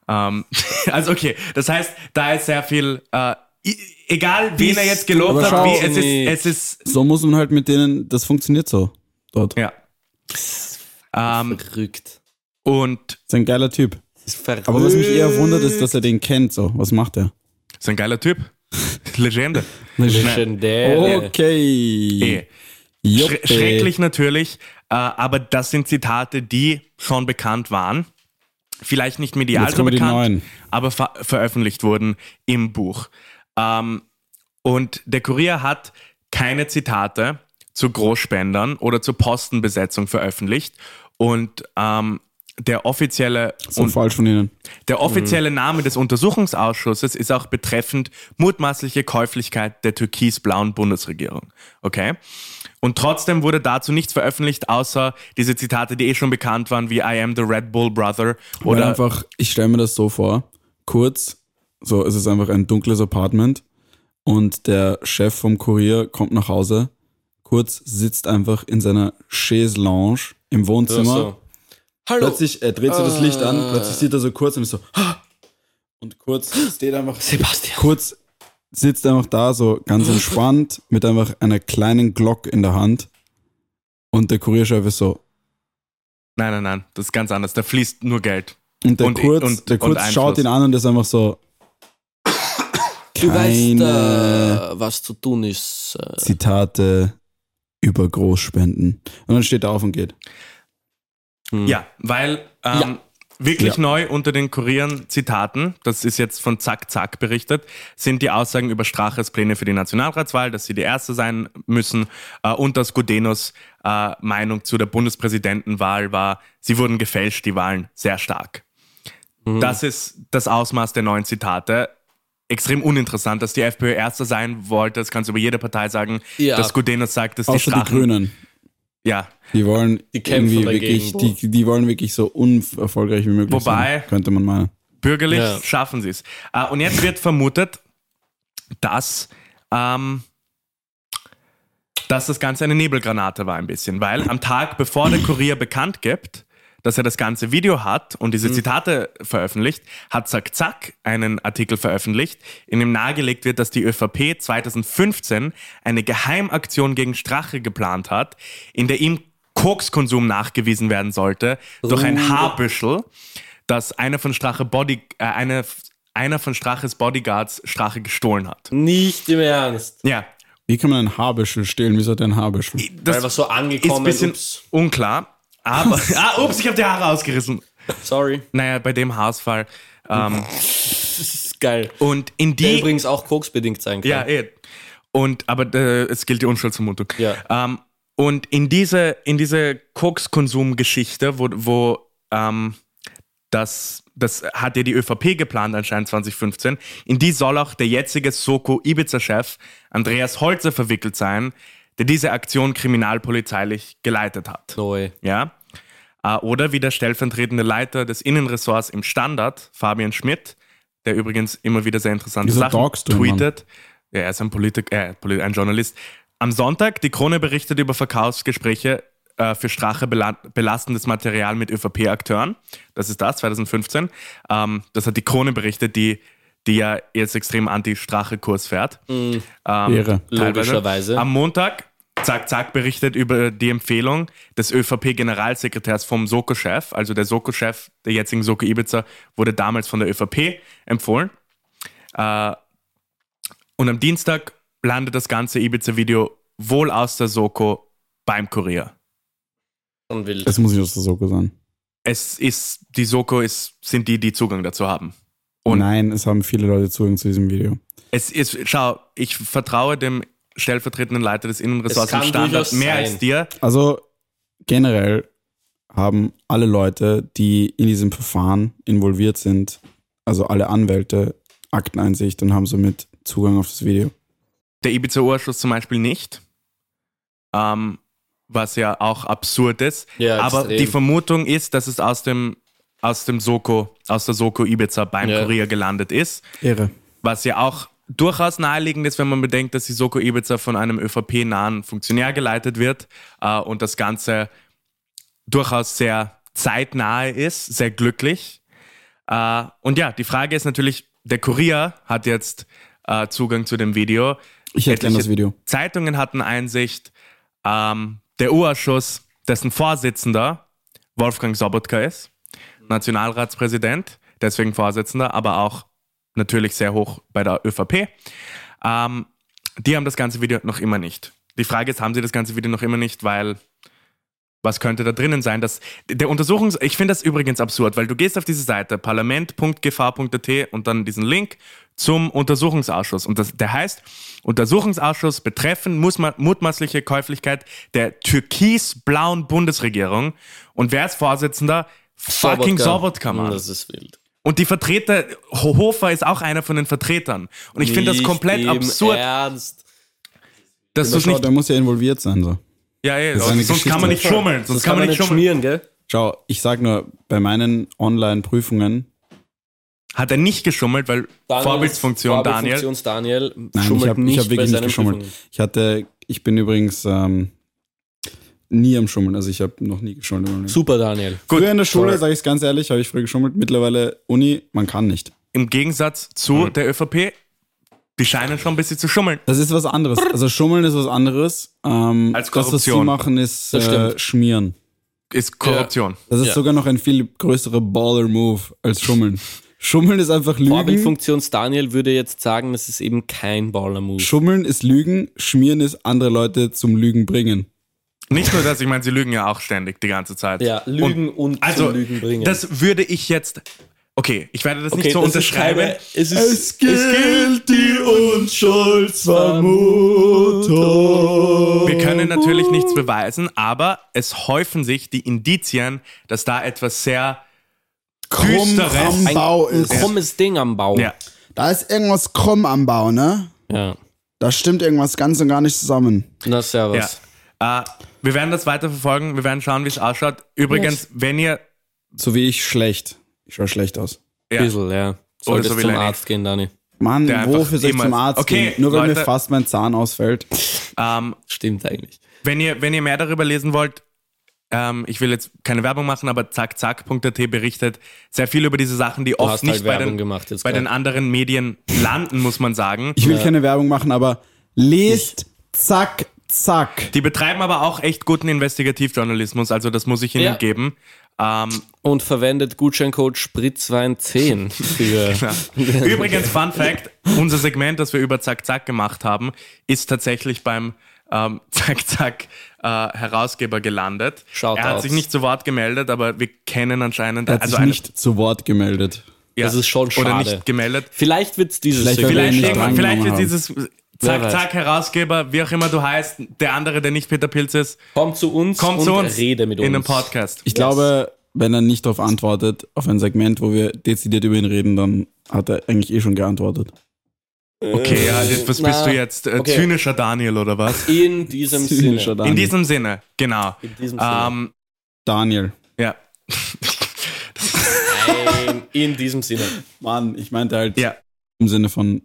Ähm, *laughs* also okay, das heißt, da ist sehr viel, äh, i- egal wen er jetzt gelobt aber hat, schau wie, es, nicht. ist, es ist, So muss man halt mit denen, das funktioniert so dort. ja. Ähm, Verrückt. und Ist ein geiler Typ. Das ist verrückt. Aber was mich eher wundert, ist, dass er den kennt. So, was macht er? ist ein geiler Typ. *laughs* Legende. Legendär. Oh, Okay. Eh. Joppe. Schre schrecklich natürlich, äh, aber das sind Zitate, die schon bekannt waren. Vielleicht nicht medial Jetzt so kommen die neuen. bekannt, aber ver veröffentlicht wurden im Buch. Ähm, und der Kurier hat keine Zitate zu Großspendern oder zur Postenbesetzung veröffentlicht. Und ähm, der offizielle So falsch von ihnen. der offizielle Name des Untersuchungsausschusses ist auch betreffend mutmaßliche Käuflichkeit der türkis-blauen Bundesregierung. Okay? Und trotzdem wurde dazu nichts veröffentlicht, außer diese Zitate, die eh schon bekannt waren, wie I am the Red Bull Brother Weil oder einfach, ich stelle mir das so vor, kurz, so es ist einfach ein dunkles Apartment und der Chef vom Kurier kommt nach Hause, kurz sitzt einfach in seiner Chaise-Lounge im Ja, Wohnzimmer. so. Hallo. Plötzlich, er dreht so das Licht an, plötzlich sieht er so kurz und ist so, "Ah!" und kurz steht einfach, Sebastian. kurz sitzt einfach da so ganz entspannt mit einfach einer kleinen Glock in der Hand und der Kurierchef ist so, Nein, nein, nein, das ist ganz anders. Da fließt nur Geld. und der Und- Kurz, und- der und Kurz schaut Einfluss. ihn an und ist einfach so, Du weißt, Keine- äh, was zu tun ist. Äh, Zitate über Großspenden. Und dann steht er auf und geht. hm. Ja, weil ähm, Ja. wirklich Ja. neu unter den Kurieren Zitaten, das ist jetzt von Zack Zack berichtet, sind die Aussagen über Straches Pläne für die Nationalratswahl, dass sie die Erste sein müssen äh, und dass Gudenus äh, Meinung zu der Bundespräsidentenwahl war, sie wurden gefälscht, die Wahlen, sehr stark. Das ist das Ausmaß der neuen Zitate. Extrem uninteressant, dass die FPÖ Erster sein wollte, das kannst du über jede Partei sagen, Ja. dass Gudenus sagt, dass die Außer die, Strachen... Grünen. Ja, Die wollen Die kämpfen irgendwie dagegen, wirklich, die, die wollen wirklich so unerfolgreich wie möglich Wobei- sein, könnte man meinen. Bürgerlich Ja. schaffen sie es. Äh, und jetzt wird vermutet, dass, ähm, dass das Ganze eine Nebelgranate war ein bisschen, weil am Tag, bevor der Kurier bekannt gibt, dass er das ganze Video hat und diese Zitate veröffentlicht, hat Zack Zack einen Artikel veröffentlicht, in dem nahegelegt wird, dass die ÖVP 2015 eine Geheimaktion gegen Strache geplant hat, in der ihm Kokskonsum nachgewiesen werden sollte durch ein Haarbüschel, das einer von Strache Body, äh, eine, einer von Straches Bodyguards Strache gestohlen hat. Nicht im Ernst. Ja, Wie kann man ein Haarbüschel stehlen? Wieso hat er ein Haarbüschel? das Weil was so ist ein angekommen bisschen Ups, unklar. Aber, *laughs* ah, ups, ich habe die Haare ausgerissen. sorry. Naja, bei dem Haarausfall. Ähm, Das ist geil. und in Der die. übrigens auch koksbedingt sein kann. ja, eh. Und, aber äh, es gilt die Unschuldsvermutung. Ja. Ähm, und in diese, in diese Koks-Konsum-Geschichte, wo, wo ähm, das, das hat ja die ÖVP geplant anscheinend 2015, in die soll auch der jetzige Soko-Ibiza-Chef Andreas Holzer verwickelt sein, der diese Aktion kriminalpolizeilich geleitet hat. Neu. Ja. Äh, Oder wie der stellvertretende Leiter des Innenressorts im Standard, Fabian Schmidt, der übrigens immer wieder sehr interessante Wieso Sachen talkst du, Mann? tweetet. Ja, er ist ein, Politik, äh, Poli- ein Journalist. Am Sonntag, die Krone berichtet über Verkaufsgespräche äh, für Strache bela belastendes Material mit ÖVP-Akteuren. Das ist das, 2015. Ähm, das hat die Krone berichtet, die, die ja jetzt extrem anti-Strache-Kurs fährt. Ähm, Ehre. teilweise. Logischerweise. Am Montag, Zack Zack berichtet über die Empfehlung des ÖVP-Generalsekretärs vom Soko-Chef. Also der Soko-Chef der jetzigen Soko Ibiza wurde damals von der ÖVP empfohlen. Äh, und am Dienstag landet das ganze Ibiza-Video wohl aus der Soko beim Kurier. Schon wild. Das muss ich aus der Soko sein. Es ist, die Soko ist, sind die, die Zugang dazu haben. Und- Nein, es haben viele Leute Zugang zu diesem Video. Es ist, schau, ich vertraue dem stellvertretenden Leiter des Innenressorts Es im kann Standard durchaus mehr sein. als dir. Also generell haben alle Leute, die in diesem Verfahren involviert sind, also alle Anwälte, Akteneinsicht und haben somit Zugang auf das Video. Der Ibiza-Urschuss zum Beispiel nicht. Ähm, was ja auch absurd ist. Ja, Aber extrem. die Vermutung ist, dass es aus dem, aus dem Soko, aus der Soko Ibiza beim Ja. Kurier gelandet ist. Ehre. Was ja auch durchaus naheliegend ist, wenn man bedenkt, dass die Soko Ibiza von einem ÖVP-nahen Funktionär geleitet wird äh, und das Ganze durchaus sehr zeitnahe ist, sehr glücklich. Äh, und ja, die Frage ist natürlich, der Kurier hat jetzt äh, Zugang zu dem Video. Ich hätte gerne Etliche das Video. Zeitungen hatten Einsicht. Ähm, der U-Ausschuss, dessen Vorsitzender Wolfgang Sobotka ist, Nationalratspräsident, deswegen Vorsitzender, aber auch natürlich sehr hoch bei der ÖVP. Ähm, die haben das ganze Video noch immer nicht. Die Frage ist, haben sie das ganze Video noch immer nicht, weil was könnte da drinnen sein? Dass der Untersuchungs ich finde das übrigens absurd, weil du gehst auf diese Seite parlament.gv.at und dann diesen Link zum Untersuchungsausschuss und das, der heißt Untersuchungsausschuss betreffen muss man mutmaßliche Käuflichkeit der türkis-blauen Bundesregierung und wer ist Vorsitzender? Fucking Sobotka, Mann. Das ist wild. Und die Vertreter, Ho- Hofer ist auch einer von den Vertretern. Und ich finde das Nicht komplett im absurd, Ernst. dass du es Schau, nicht. der muss ja involviert sein. So. Ja, ja, ist eine sonst kann man nicht Geschichte. schummeln. Sonst Das kann man nicht schummeln. schmieren, gell? Schau, ich sag nur, bei meinen Online-Prüfungen, Hat er nicht geschummelt, weil Vorbildsfunktion, Daniel. Vorbildfunktion Daniel nein, ich schummelt habe nicht ich hab bei wirklich nicht seinen geschummelt. Prüfungen. Ich hatte, ich bin übrigens ähm, nie am Schummeln, also ich habe noch nie geschummelt. in meinem Leben. Super, Daniel. Gut, früher in der Schule, sorry. sage ich es ganz ehrlich, habe ich früher geschummelt. Mittlerweile Uni, man kann nicht. Im Gegensatz zu Hm. der ÖVP, die scheinen schon ein bisschen zu schummeln. Das ist was anderes. Also Schummeln ist was anderes. Ähm, Als das, was sie Korruption. machen, ist Das äh, stimmt. Schmieren. Ist Korruption. Das ist Ja. sogar noch ein viel größerer Baller-Move als Schummeln. Schummeln ist einfach Lügen. Vorbildfunktions Daniel würde jetzt sagen, das ist eben kein Baller-Move. Schummeln ist Lügen. Schmieren ist andere Leute zum Lügen bringen. Nicht nur das, ich meine, sie lügen ja auch ständig die ganze Zeit. Ja, Lügen und, Also, zum Lügen bringen. das würde ich jetzt. Okay, ich werde das nicht so das ist unterschreiben. keine- Es ist, gilt die Unschuldsvermutung. Wir können natürlich nichts beweisen, aber es häufen sich die Indizien, dass da etwas sehr krumm düsteres. am Ein- Bau ist. ein krummes Ding am Bau. Ja. Da ist irgendwas krumm am Bau, ne? ja. Da stimmt irgendwas ganz und gar nicht zusammen. Na, servus. ja. Äh, wir werden das weiter verfolgen. Wir werden schauen, wie es ausschaut. Übrigens, wenn ihr So wie ich schlecht. Ich schaue schlecht aus. ja, Bissl, ja. Solltest so wie zum Lenny. Arzt gehen, Dani. Mann, Der einfach wofür soll ich immer- zum Arzt Okay, gehen? Nur weil Leute. mir fast mein Zahn ausfällt. ähm, Stimmt eigentlich. wenn ihr wenn ihr mehr darüber lesen wollt, ähm, ich will jetzt keine Werbung machen, aber zackzack.at berichtet sehr viel über diese Sachen, die Du oft hast halt nicht bei, Werbung den, gemacht jetzt bei den gerade. anderen Medien landen, muss man sagen. Ich will keine Werbung machen, aber lest zack, zack. Die betreiben aber auch echt guten Investigativjournalismus, also das muss ich ihnen Ja. geben. Ähm, Und verwendet *laughs* Gutscheincode Spritzwein10 für. Genau. Übrigens, Fun Fact: Unser Segment, das wir über Zack Zack gemacht haben, ist tatsächlich beim ähm, *laughs* Zack Zack äh, Herausgeber gelandet. Shoutouts. Er hat sich nicht zu Wort gemeldet, aber wir kennen anscheinend also Er hat sich eine- nicht zu Wort gemeldet. ja, Das ist schon oder schade. nicht gemeldet. Vielleicht wird's dieses Vielleicht Jahr weil wir ihn Vielleicht, nicht irgendwann- drangenommen vielleicht wird haben. dieses Wer Zack weiß. Zack Herausgeber, wie auch immer du heißt, der andere, der nicht Peter Pilz ist, Komm zu uns kommt und zu uns rede mit uns. in einem Podcast. Ich glaube, wenn er nicht darauf antwortet, auf ein Segment, wo wir dezidiert über ihn reden, dann hat er eigentlich eh schon geantwortet. okay, ja, jetzt, was Na, bist du jetzt? Äh, okay. Zynischer Daniel oder was? In diesem Zynischer Sinne. Daniel. In diesem Sinne, genau. In diesem Sinne. Ähm, Daniel. ja. Nein, in diesem Sinne. Mann, ich meinte halt Ja. im Sinne von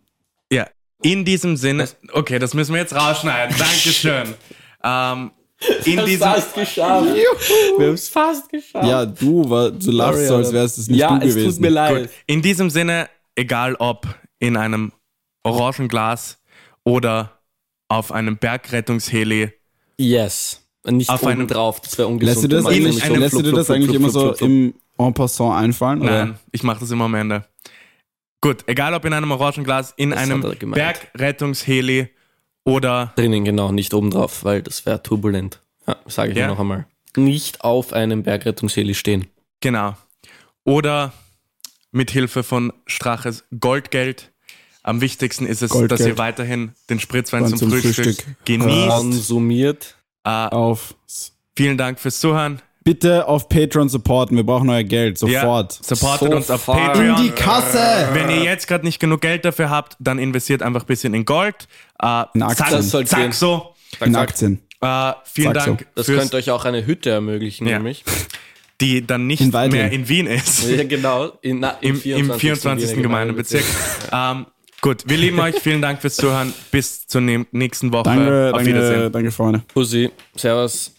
Ja, in diesem Sinne. Okay, das müssen wir jetzt rausschneiden. Dankeschön. ähm, in Wir diesem. haben es fast geschafft. Wir haben es fast geschafft. Ja, du, war, du lachst so, als wärst es nicht Ah. ja, du gewesen. es tut mir leid. Gut, in diesem Sinne, egal ob in einem Orangenglas oder auf einem Bergrettungsheli. Yes. Nicht Auf auf einem- einen drauf, das wäre ungesund. Lässt du dir das Wenn man In eigentlich, einem lässt du dir das flup, eigentlich flup, immer flup, so flup, flup. im En passant einfallen? Nein, Oder? ich mache das immer am Ende. Gut, egal ob in einem Orangenglas, in Das einem hat er gemeint. Bergrettungsheli oder drinnen, genau, nicht oben drauf, weil das wäre turbulent. Ja, sage ich Ja. ja. noch einmal. Nicht auf einem Bergrettungsheli stehen. genau. Oder mit Hilfe von Straches Goldgeld. Am wichtigsten ist es, dass Goldgeld. ihr weiterhin den Spritzwein Dann zum, zum Frühstück, Frühstück. genießt. Konsumiert. Äh, Auf. Vielen Dank fürs Zuhören. Bitte auf Patreon supporten, wir brauchen euer Geld, sofort. Ja, supportet uns auf Sofort. In die Patreon. Kasse! Wenn ihr jetzt gerade nicht genug Geld dafür habt, dann investiert einfach ein bisschen in Gold. Äh, In Aktien. zack, Das soll zack gehen. so. In Aktien. Äh, vielen Zack so. Dank Das fürs, könnte euch auch eine Hütte ermöglichen, Ja. nämlich. die dann nicht In Weidling. mehr in Wien ist. Ja, genau. In, na, Im, Im 24. Gemeindebezirk. *laughs* ähm, gut, wir lieben euch. Vielen Dank fürs Zuhören. Bis zur ne nächsten Woche. Danke, auf Wiedersehen. danke, danke, Freunde. Pussy. Servus.